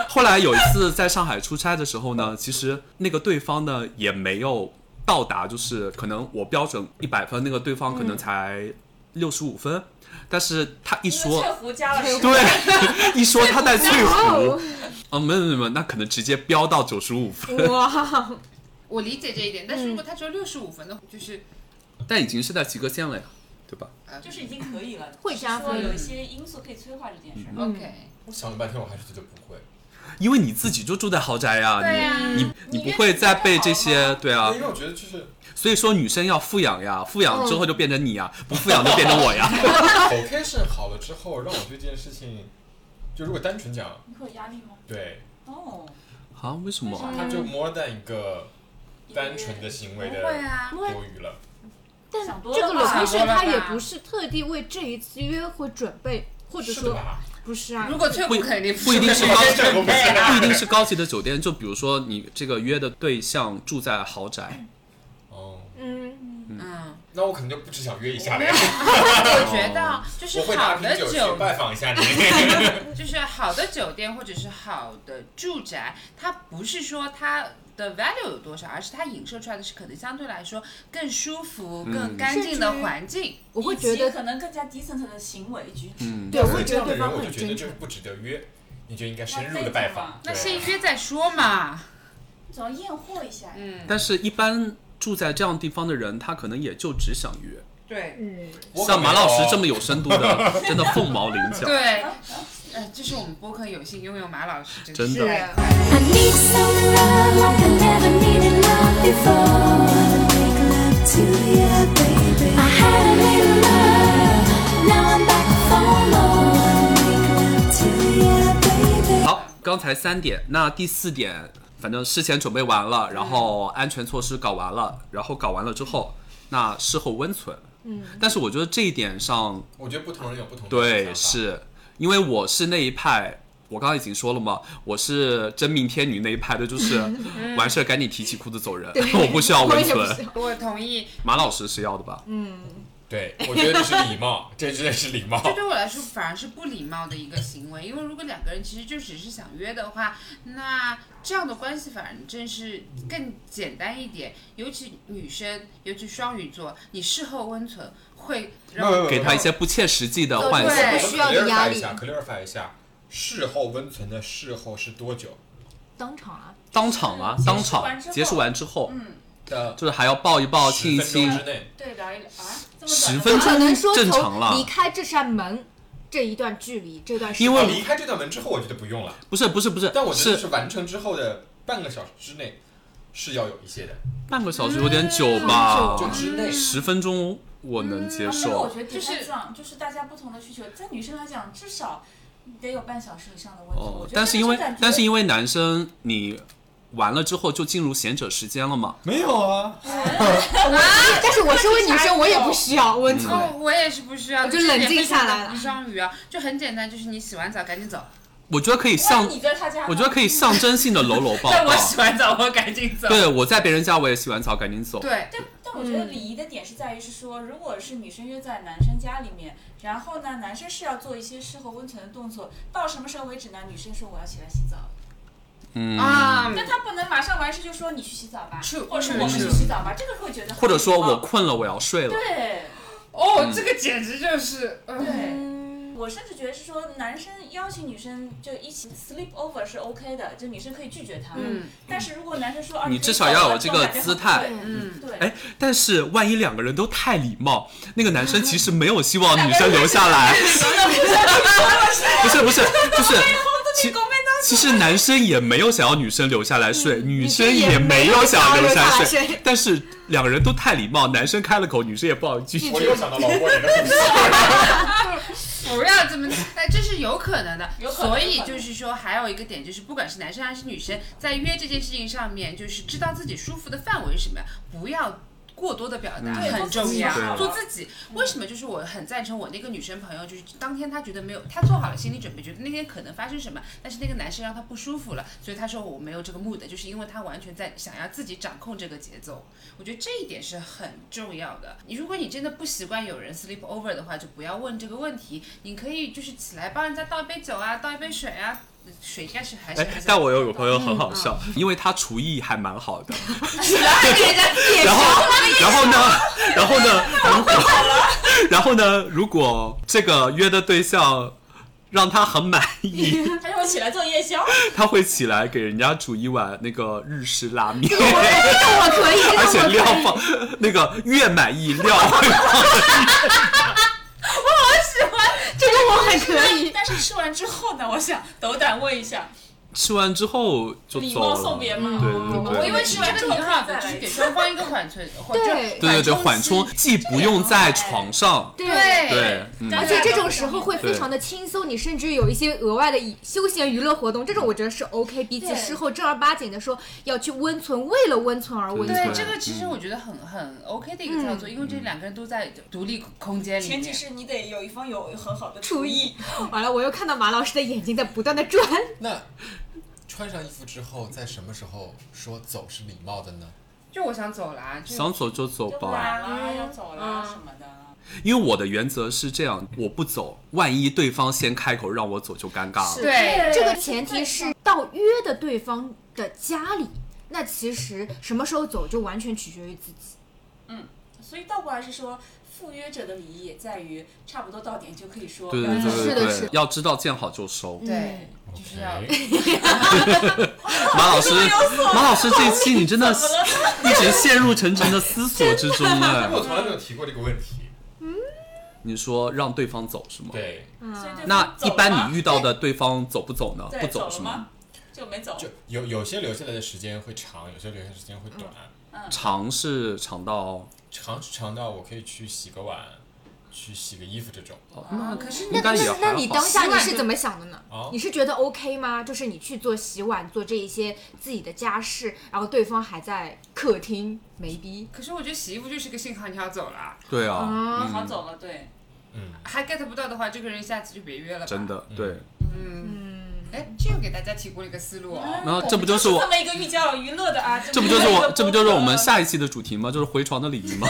Speaker 1: 后来有一次在上海出差的时候呢，其实那个对方呢也没有到达，就是可能我标准一百分，那个对方可能才六十五分，但是他一
Speaker 6: 因为翠
Speaker 1: 说，
Speaker 6: 湖加了十
Speaker 1: 对，一说他在翠湖
Speaker 4: 哦，
Speaker 1: 啊，没有没有没有，那可能直接飙到九十五分，
Speaker 4: 哇，
Speaker 5: 我理解这一点，但是
Speaker 6: 嗯
Speaker 5: 如果他只有六十五分的，就是呃
Speaker 1: 但已经是在及格线了呀，对吧？
Speaker 6: 就是已经可以了，
Speaker 4: 会加分
Speaker 6: 只是说有一些因素可以催化这件事
Speaker 1: 嗯
Speaker 6: 儿。
Speaker 5: OK，
Speaker 3: 我想了半天，我还是觉得不会。
Speaker 1: 因为你自己就住在豪宅
Speaker 6: 嗯
Speaker 1: 呀，
Speaker 5: 对呀
Speaker 1: 你你你
Speaker 6: 你
Speaker 1: 不
Speaker 6: 越
Speaker 1: 会
Speaker 6: 住
Speaker 1: 再
Speaker 6: 越
Speaker 1: 被
Speaker 6: 好
Speaker 1: 这
Speaker 6: 嘛
Speaker 1: 些，对啊
Speaker 3: 因，为我觉 得就是
Speaker 1: 所以说女生要富养呀，富养之后就变成你呀，不富养就变成我 呀。
Speaker 3: location 好了之后，让我对这件事情，就如果单纯讲，
Speaker 6: 你会有压力吗？
Speaker 3: 对，
Speaker 6: 哦，
Speaker 1: 啊，为什么啊？
Speaker 3: 它就 more than 一个单纯的行为的
Speaker 5: 啊，
Speaker 3: 多余了。
Speaker 4: 但
Speaker 6: 想多
Speaker 4: 这个
Speaker 6: 了吧
Speaker 4: location 他
Speaker 5: 想
Speaker 4: 也
Speaker 5: 多了吧
Speaker 4: 不是特地为这一次约会准备，或者
Speaker 3: 是的
Speaker 4: 说
Speaker 3: 吧？
Speaker 4: 不是啊
Speaker 5: 如，果退
Speaker 1: 不
Speaker 5: 伍肯定
Speaker 1: 不一定是高
Speaker 3: 这这我不知道
Speaker 1: 不一定是高级的酒店，就比如说你这个约的对象住在豪宅，
Speaker 3: 哦，
Speaker 4: 嗯，
Speaker 5: 嗯，
Speaker 3: 那我可能就不只想约一下了呀，
Speaker 5: 我觉得就是
Speaker 3: 我会拿
Speaker 5: 好
Speaker 3: 瓶
Speaker 5: 的
Speaker 3: 酒
Speaker 5: 酒
Speaker 3: 去拜访一 下你。
Speaker 5: 就是好的酒店或者是好的住宅，它不是说它的 value 有多少，而是它影射出来的是可能相对来说更舒服、
Speaker 1: 嗯
Speaker 5: 更干净的环境。
Speaker 4: 我会觉
Speaker 6: 以及
Speaker 4: 得，
Speaker 6: 可能更加 decent 的行为举止。
Speaker 1: 嗯
Speaker 4: 对，我
Speaker 3: 所
Speaker 4: 会
Speaker 3: 以这
Speaker 4: 觉得
Speaker 3: 样的
Speaker 4: 对
Speaker 3: 人
Speaker 4: 方
Speaker 3: 我
Speaker 4: 会
Speaker 3: 就
Speaker 4: 很
Speaker 3: 觉得
Speaker 4: 真
Speaker 3: 就
Speaker 4: 诚
Speaker 3: 是。不值得约，你就应该深入的拜访。
Speaker 5: 那
Speaker 3: 对
Speaker 5: 先约再说嘛。
Speaker 6: 总要验货一下。
Speaker 5: 嗯，
Speaker 1: 但是一般住在这样地方的人，他可能也就只想约。
Speaker 5: 对
Speaker 4: 嗯，
Speaker 3: 我哦可
Speaker 1: 像
Speaker 3: 没
Speaker 1: 马老师
Speaker 3: 有
Speaker 1: 这么有深度 的，真的凤毛麟角。
Speaker 5: 对，
Speaker 6: 嗯
Speaker 5: 呃，这是我们播客有幸拥有马老师，真
Speaker 1: 真
Speaker 5: 是
Speaker 1: 的
Speaker 5: 太快了
Speaker 7: I need some love like I never needed love before. Make love to I had a little love, now I'm back for more. Wake up to ya, baby.
Speaker 1: 好，刚才三点，那第四点，反正事前准备完了，然后安全措施搞完了，然后搞完了之后，那事后温存。嗯，但是我觉得这一点上，
Speaker 3: 我觉得不同人有不同的
Speaker 1: 对，
Speaker 3: 想法
Speaker 1: 是因为我是那一派，我刚刚已经说了嘛，我是真命天女那一派的，就是完事儿赶紧提起裤子走人，我不需要
Speaker 4: 我
Speaker 1: 温
Speaker 4: 也不需
Speaker 1: 存。
Speaker 4: 要。
Speaker 5: 我同意，
Speaker 1: 马老师是要的吧？
Speaker 3: 对，我觉得这是礼貌， 这真的是礼貌。
Speaker 1: 哦
Speaker 5: 这对我来说反而是不礼貌的一个行为，因为如果两个人其实就只是想约的话，那这样的关系反正是更简单一点。尤其女生，尤其双鱼座，你事后温存会让
Speaker 3: 没有没有没有
Speaker 1: 给他一些不切实际的
Speaker 4: 对
Speaker 1: 幻想。
Speaker 4: 不需要的压
Speaker 3: clarify
Speaker 4: 力
Speaker 3: 一下，clarify 一下，事后温存的事后是多久
Speaker 4: 当场啊，
Speaker 1: 当场啊，当场结
Speaker 6: 结
Speaker 1: 束
Speaker 6: 束
Speaker 1: 完之后，
Speaker 3: 的？
Speaker 1: 就是还要抱一抱、亲一亲
Speaker 3: 10分钟，之内，
Speaker 6: 对，聊一聊啊，这么短的
Speaker 1: 十
Speaker 6: 吗
Speaker 1: 分
Speaker 4: 只能说
Speaker 1: 正常
Speaker 4: 从
Speaker 1: 了
Speaker 4: 离开这扇门这一段距离这段时间，
Speaker 1: 因为
Speaker 3: 啊
Speaker 1: 我
Speaker 3: 离开这道门之后，我觉得不用了。
Speaker 1: 不是不是不是，
Speaker 3: 但我觉得
Speaker 1: 是
Speaker 3: 是完成之后的半个小时之内是要有一些的，
Speaker 1: 半个小时有点久吧，
Speaker 3: 就之内
Speaker 1: 十分钟我能接
Speaker 6: 啊那我
Speaker 1: 受
Speaker 6: 觉。得
Speaker 5: 就
Speaker 6: 就是是这样，就是大家不同的需求，在女生来讲，至少得有半小时以上的温存。我
Speaker 1: 哦
Speaker 6: 觉，得
Speaker 1: 但是因为
Speaker 6: 这个感觉
Speaker 1: 但是因为男生你完了之后就进入贤者时间了嘛，
Speaker 3: 没有啊，
Speaker 4: 但是我身为女生，我也不需要温
Speaker 1: 嗯
Speaker 4: 存。
Speaker 5: 哦，我也是不需要，
Speaker 4: 我就
Speaker 5: 这一点
Speaker 4: 冷静下来了
Speaker 5: 非常的双鱼啊，就很简单，就是你洗完澡赶紧走。
Speaker 1: 我觉得可以
Speaker 6: 万
Speaker 1: 象
Speaker 6: 一，你在他家呢，
Speaker 1: 我觉得可以象征性的搂搂 抱
Speaker 5: 但
Speaker 1: 抱
Speaker 5: 我。洗完澡我赶紧走。
Speaker 1: 哦对，我在别人家我也洗完澡赶紧走。
Speaker 5: 对，
Speaker 6: 但但我觉得礼仪的点是在于是说，如果是女生约在男生家里面，然后呢，男生是要做一些事后温存的动作，到什么时候为止呢？女生说我要起来洗澡了，
Speaker 1: 嗯，
Speaker 5: 啊，
Speaker 6: 但他不能马上完事就说你去洗澡吧
Speaker 5: True，，
Speaker 6: 或者说我们
Speaker 5: true，
Speaker 6: 去
Speaker 5: true
Speaker 6: 洗澡吧，这个会觉得很
Speaker 1: 或者说
Speaker 6: 礼貌
Speaker 1: 我困了，我要睡了。
Speaker 6: 对
Speaker 1: 嗯
Speaker 5: 哦，这个简直就是，呃
Speaker 6: 对。我甚至觉得是说，男生邀请女生就一起 sleep over 是 OK 的，就女生可以拒绝他。
Speaker 5: 嗯，
Speaker 6: 但是如果男生说，啊、
Speaker 1: 你
Speaker 6: 可以
Speaker 1: 至少要有
Speaker 6: 走了
Speaker 1: 这个姿态
Speaker 6: 这种感觉很
Speaker 5: 嗯，
Speaker 6: 对，
Speaker 1: 哎，但是万一两个人都太礼貌，那个男生其实没有希望女生留下来。不是不是，就是其其实男生也没有想要女生留下来睡，女生也没有想要留下来
Speaker 4: 女生也没有想要留下来
Speaker 1: 睡
Speaker 4: 睡。
Speaker 1: 但是两个人都太礼貌，男生开了口，女生也不好拒
Speaker 3: 我
Speaker 1: 绝。
Speaker 3: 又想到老郭人的故 事，
Speaker 5: 不要这么，哎，这是有可能的。
Speaker 6: 有可能
Speaker 5: 所以
Speaker 6: 有可
Speaker 5: 就
Speaker 6: 能
Speaker 5: 是说，还有一个点就是，不管是男生还是女生，在约这件事情上面，就是知道自己舒服的范围是什么，不要。过多的表达
Speaker 1: 嗯
Speaker 5: 很重
Speaker 6: 啊
Speaker 1: 对
Speaker 5: 要，
Speaker 1: 对
Speaker 5: 做自己。为什么？就是我很赞成我那个女生朋友，就是当天她觉得没有，她做好了心理准备，觉得那天可能发生什么，但是那个男生让她不舒服了，所以她说我没有这个目的，就是因为她完全在想要自己掌控这个节奏。我觉得这一点是很重要的。你如果你真的不习惯有人 sleep over 的话，就不要问这个问题。你可以就是起来帮人家倒一杯酒啊，倒一杯水啊，水应该是还是
Speaker 1: 哎
Speaker 5: 还是。，
Speaker 1: 但我有个朋友很好笑，因为他厨艺还蛮好的，然后，然后呢，然后呢，如果， 然后呢，如果这个约的对象让他很满意，
Speaker 6: 还要起来做夜宵，
Speaker 1: 他会起来给人家煮一碗那个日式拉面，
Speaker 4: 我可 以，
Speaker 1: 而且料放那个越满意料会放
Speaker 4: 这个我很可以。
Speaker 6: 但是吃完之后呢，我想斗胆问一下，
Speaker 1: 吃完之后就
Speaker 6: 礼
Speaker 1: 走
Speaker 6: 貌
Speaker 1: 了。
Speaker 6: 送别嘛
Speaker 1: 对对
Speaker 6: 我
Speaker 5: 嗯我
Speaker 1: 对
Speaker 5: 因为是这个挺好的，就是给双方一个缓存，缓就
Speaker 4: 对
Speaker 1: 对对对，缓
Speaker 5: 冲
Speaker 1: 冲
Speaker 5: 期。
Speaker 1: 既不用在床上，
Speaker 4: 对。
Speaker 1: 对，嗯，
Speaker 4: 而且这种时候会非常的轻松，你甚至有一些额外的以休闲娱乐活动，这种我觉得是 OK，比起
Speaker 6: 对
Speaker 4: 事后正儿八经的说要去温存，为了温存而温
Speaker 1: 对
Speaker 4: 存，
Speaker 5: 对，这个其实我觉得很很 OK 的一个操作，因为这两个人都在独立空间里面。
Speaker 6: 前提是你得有一方有很好的
Speaker 4: 厨
Speaker 6: 厨
Speaker 4: 艺
Speaker 6: 艺。
Speaker 4: 完了，我又看到马老师的眼睛在不断的转，
Speaker 3: 那穿上衣服之后，在什么时候说走是礼貌的呢？
Speaker 5: 就我想走了啊，就
Speaker 1: 想走就走
Speaker 6: 要
Speaker 1: 吧。
Speaker 6: 来
Speaker 5: 嗯
Speaker 6: 啦，要走啦什么的。
Speaker 1: 因为我的原则是这样，我不走，万一对方先开口让我走就尴尬了。
Speaker 5: 对，
Speaker 4: 这个前提是到约的对方的家里。那其实什么时候走就完全取决于自己。
Speaker 6: 所以倒过来是说，赴约者的礼仪也在于差不多到点就可以说，
Speaker 1: 对对对
Speaker 4: 嗯是
Speaker 1: 对
Speaker 4: 的
Speaker 1: 对，
Speaker 4: 是的
Speaker 1: 要知道见好就收。
Speaker 5: 对，就是要
Speaker 3: OK
Speaker 1: 马老师，马老师这一期你真 的一直陷入沉沉的思索之中哎
Speaker 3: 因为。我从来没有提过这个问题。
Speaker 1: 你说让对方走是吗？。
Speaker 3: 对，
Speaker 6: 所以对方
Speaker 1: 那一
Speaker 6: 走了
Speaker 1: 般
Speaker 6: 吗
Speaker 1: 你遇到的对方走不走呢？
Speaker 6: 对
Speaker 1: 不
Speaker 6: 走
Speaker 1: 走
Speaker 6: 了
Speaker 1: 是
Speaker 6: 吗？？就没走。
Speaker 3: 就有有些留下来的时间会长，有些留下来的时间会短。
Speaker 5: 嗯
Speaker 1: 长是长到
Speaker 3: 长是长到我可以去洗个碗，去洗个衣服这种。
Speaker 5: 啊，可是
Speaker 1: 哦应该也
Speaker 4: 那那你
Speaker 1: 还好
Speaker 4: 当下
Speaker 5: 洗
Speaker 4: 你
Speaker 5: 碗
Speaker 4: 是
Speaker 5: 就
Speaker 4: 怎么想的呢
Speaker 3: 哦？
Speaker 4: 你是觉得 OK 吗？就是你去做洗碗，做这一些自己的家事，然后对方还在客厅没逼，
Speaker 5: 可是我觉得洗衣服就是个信号，你要走了，
Speaker 1: 对啊，
Speaker 6: 嗯，好走了，对，
Speaker 3: 嗯，
Speaker 5: 还 get 不到的话，这个人下次就别约了吧。
Speaker 1: 真，的
Speaker 3: 嗯
Speaker 1: 对。
Speaker 5: 哎，这又给大家提供了一个思路
Speaker 4: 嗯
Speaker 5: 哦。
Speaker 1: 那
Speaker 6: 我
Speaker 1: 这不就是我
Speaker 6: 这么一个寓教于乐的啊？
Speaker 1: 这不就是 我，这不就是我们下一期的主题吗？就是回床的礼仪吗？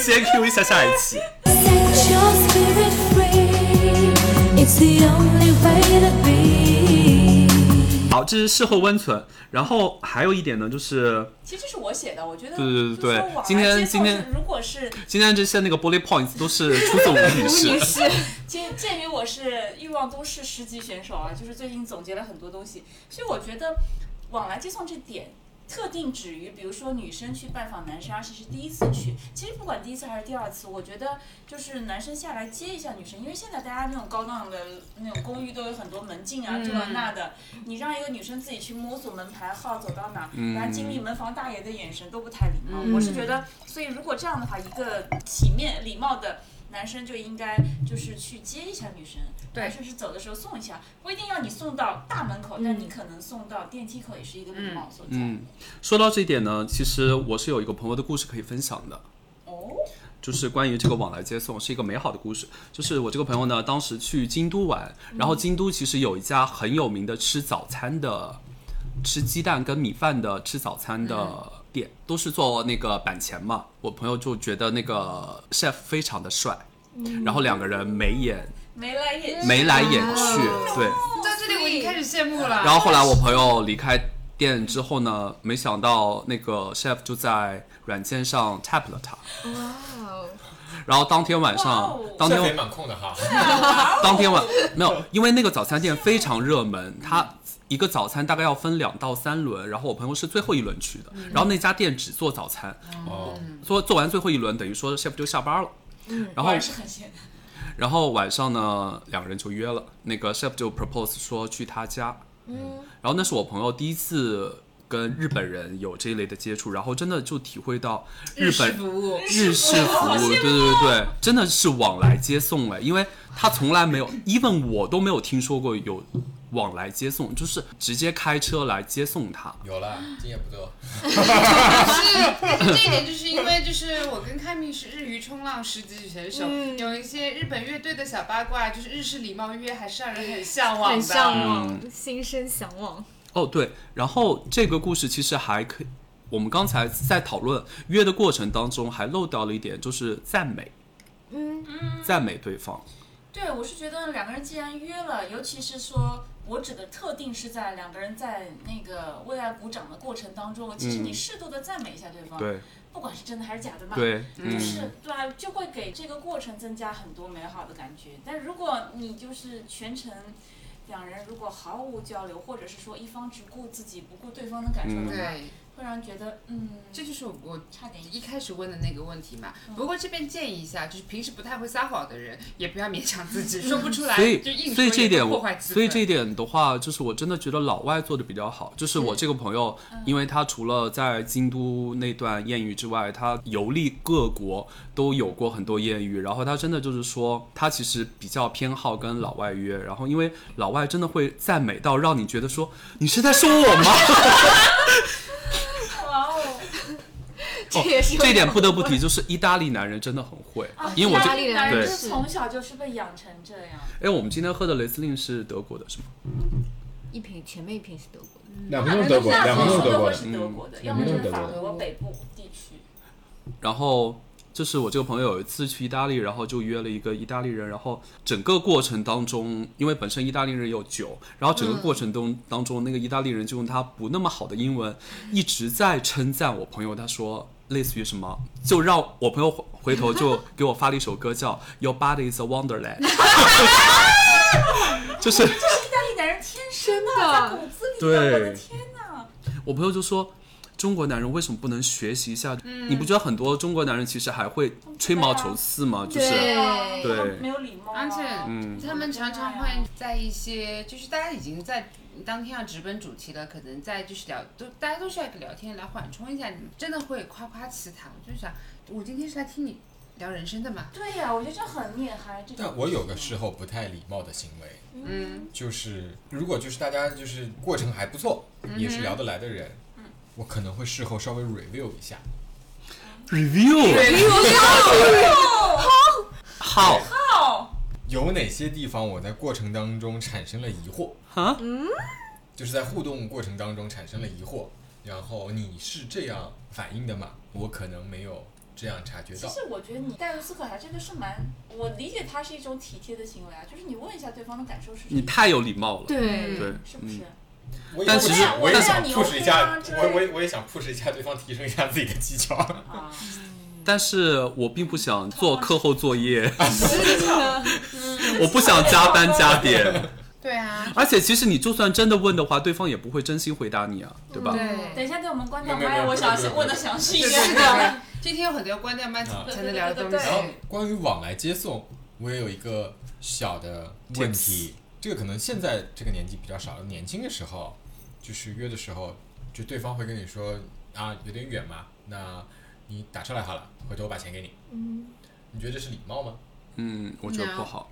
Speaker 1: 先 Q 一下下一期。
Speaker 7: Set your spirit free. It's the only way to be.
Speaker 1: 好，这是事后温存。然后还有一点呢，就是
Speaker 6: 其实这是我写的，我觉得
Speaker 1: 对对对对
Speaker 6: 就是说我还
Speaker 1: 今天
Speaker 6: 接受
Speaker 1: 今天
Speaker 6: 是如果是
Speaker 1: 今天这些那个玻璃 points 都是出自我们女士。
Speaker 6: 鉴鉴于我是欲望都市十级选手啊，就是最近总结了很多东西，所以我觉得往来接送这点。特定止于，比如说女生去拜访男生，而且是第一次去。其实不管第一次还是第二次，我觉得就是男生下来接一下女生，因为现在大家那种高档的那种公寓都有很多门禁啊，这个那的。你让一个女生自己去摸索门牌号走到哪，然后经理门房大爷的眼神都不太礼貌。我是觉得，所以如果这样的话，一个体面礼貌的男生就应该就是去接一下女生，
Speaker 5: 对
Speaker 6: 甚至走的时候送一下，不一定要你送到大门口，但你可能送到电梯口也是一个礼貌所在。
Speaker 1: 嗯，说到这一点呢，其实我是有一个朋友的故事可以分享的。
Speaker 6: 哦，
Speaker 1: 就是关于这个往来接送是一个美好的故事。就是我这个朋友呢，当时去京都玩，然后京都其实有一家很有名的吃早餐的，吃鸡蛋跟米饭的吃早餐的店，都是做那个板前嘛。我朋友就觉得那个 chef 非常的帅，然后两个人眉眼
Speaker 6: 眉来眼去，
Speaker 1: 眉来眼去，对。
Speaker 5: 到这里我已经开始羡慕了。
Speaker 1: 然后后来我朋友离开店之后呢，没想到那个 chef 就在软件上 tap 了他，
Speaker 4: 哇哦，
Speaker 1: 然后当天晚上
Speaker 6: 哇哦，
Speaker 1: 当
Speaker 3: 这
Speaker 1: 天
Speaker 3: 还蛮空的哈。
Speaker 1: 当天晚没有，因为那个早餐店非常热门，它一个早餐大概要分两到三轮，然后我朋友是最后一轮去的，然后那家店只做早餐，
Speaker 3: 哦，
Speaker 1: 做做完最后一轮，等于说 chef 就下班了。然
Speaker 6: 果
Speaker 1: 后
Speaker 6: 然是很闲。
Speaker 1: 然后晚上呢，两个人就约了，那个 chef 就 propose 说去他家，嗯，然后那是我朋友第一次跟日本人有这一类的接触，然后真的就体会到日
Speaker 5: 式
Speaker 1: 本
Speaker 5: 服务，
Speaker 1: 日式服务，对对对，真的是往来接送哎，因为他从来没有，even 我都没有听说过有往来接送，就是直接开车来接送他。
Speaker 3: 有了，经验不多。
Speaker 5: 但是这一点就是因为就是我跟开明是日语冲浪十级选手，
Speaker 4: 嗯
Speaker 5: 有一些日本乐队的小八卦，就是日式礼貌约，还是让人很向往的。
Speaker 4: 很向
Speaker 1: 嗯
Speaker 4: 往，心生向往。
Speaker 1: 哦对，然后这个故事其实还可以，我们刚才在讨论约的过程当中还漏掉了一点，就是赞美，嗯，赞美对方。
Speaker 6: 对，我是觉得两个人既然约了，尤其是说我指的特定是在两个人在那个为爱鼓掌的过程当中，其实你适度的赞美一下对
Speaker 1: 嗯
Speaker 6: 方，
Speaker 1: 对
Speaker 6: 不管是真的还是假的嘛，
Speaker 1: 对，嗯
Speaker 6: 就，是对啊，就会给这个过程增加很多美好的感觉。但如果你就是全程两人如果毫无交流，或者是说一方只顾自己不顾对方的感
Speaker 1: 嗯
Speaker 6: 受的话，
Speaker 5: 对，
Speaker 6: 会让人觉得嗯，
Speaker 5: 这就是我我
Speaker 6: 差点意
Speaker 5: 一
Speaker 6: 思。
Speaker 5: 开始问的那个问题嘛。
Speaker 4: 嗯
Speaker 5: 不过这边建议一下，就是平时不太会撒谎的人，也不要勉强自
Speaker 4: 嗯
Speaker 5: 己，说不出来
Speaker 1: 所以
Speaker 5: 就硬说，
Speaker 1: 所以这一
Speaker 5: 也
Speaker 1: 点
Speaker 5: 会破
Speaker 1: 我
Speaker 5: 坏，气氛。
Speaker 1: 所以这一点的话，就是我真的觉得老外做的比较好。就是我这个朋友，因为他除了在京都那段艳遇之外，他游历各国都有过很多艳遇。然后他真的就是说，他其实比较偏好跟老外约。然后因为老外真的会赞美到让你觉得说，你是在说我吗？
Speaker 6: 哇哦，
Speaker 4: 这也是
Speaker 1: 这一点不得不提，就是意大利男人真的很会，因为我
Speaker 4: 意
Speaker 1: 这
Speaker 4: 大。利人
Speaker 6: 男啊人
Speaker 1: 对
Speaker 6: 就是从小就是被养成这样。
Speaker 1: 哎，我们今天喝的雷司令是德国的，是吗？
Speaker 4: 一瓶前面一瓶是德国的，
Speaker 3: 两个都是德国，两个都是德国的。
Speaker 6: 是德国的，要
Speaker 3: 两
Speaker 6: 么
Speaker 3: 个
Speaker 6: 就
Speaker 3: 都是
Speaker 6: 是
Speaker 3: 德国的
Speaker 6: 法国北部地区。
Speaker 1: 然后就是我这个朋友有一次去意大利，然后就约了一个意大利人，然后整个过程当中，因为本身意大利人有酒，然后整个过程中、当中，那个意大利人就用他不那么好的英文一直在称赞我朋友，他说类似于什么，就让我朋友回回头就给我发了一首歌叫《Your Body Is a Wonderland》，就是
Speaker 6: 意大利男人天生
Speaker 4: 真
Speaker 6: 在
Speaker 4: 的
Speaker 6: 骨子里的，我的
Speaker 1: 对。
Speaker 6: 天哪！
Speaker 1: 我朋友就说，中国男人为什么不能学习一下？你不觉得很多中国男人其实还会吹毛求疵吗？就是
Speaker 4: 对
Speaker 1: 对
Speaker 6: 没有礼貌啊，
Speaker 5: 嗯
Speaker 1: 嗯
Speaker 5: 而且他们常常会在一些，就是大家已经在你当天要直奔主题了，可能在就是聊，都大家都需要一个聊天来缓冲一下，你们真的会夸夸其谈。我就想，我今天是来听你聊人生的嘛，
Speaker 6: 对呀、我觉得这很厉害。这种
Speaker 3: 但我有个事后不太礼貌的行为，
Speaker 5: 嗯，
Speaker 3: 就是如果就是大家就是过程还不错，也是聊得来的人，我可能会事后稍微 review 一下。
Speaker 1: review 好
Speaker 3: 有哪些地方我在过程当中产生了疑惑？
Speaker 1: 啊，
Speaker 3: 就是在互动过程当中产生了疑惑，然后你是这样反应的吗？我可能没有这样察觉
Speaker 6: 其
Speaker 3: 到。
Speaker 6: 实我觉得你带入思考一下，这个是蛮，我理解它是一种体贴的行为啊，就是你问一下对方的感受是什么，
Speaker 1: 你太有礼貌了，
Speaker 4: 对，
Speaker 1: 对，嗯
Speaker 6: 是不是？
Speaker 3: 我也
Speaker 1: 但其实
Speaker 3: 我也
Speaker 1: 但
Speaker 3: 想
Speaker 6: 是
Speaker 3: push 一下，
Speaker 6: 你 OK 吗
Speaker 3: 我我也我也想 push 一下对方，提升一下自己的技巧。
Speaker 6: 啊，
Speaker 1: 但是我并不想做课后作业， 我不想加班加点，
Speaker 5: 对啊，
Speaker 1: 而且其实你就算真的问的话，对方也不会真心回答你啊，对吧？
Speaker 5: 对。
Speaker 6: 等一下，对我们关掉
Speaker 3: 没有没有没
Speaker 6: 麦，
Speaker 3: 有
Speaker 6: 我想
Speaker 3: 没有没有
Speaker 6: 问的详细一点。
Speaker 5: 是的， 今天有很多关掉麦
Speaker 3: 啊
Speaker 5: 才能聊的东
Speaker 6: 对
Speaker 5: 西
Speaker 3: 然。后关于往来接送，我也有一个小的问题，这个可能现在这个年纪比较少，年轻的时候就是约的时候，就对方会跟你说啊有点远嘛，那你打车来好了，回头我把钱给你。
Speaker 4: 嗯，
Speaker 3: 你觉得这是礼貌吗？
Speaker 1: 嗯，我觉得
Speaker 5: No
Speaker 1: 不好。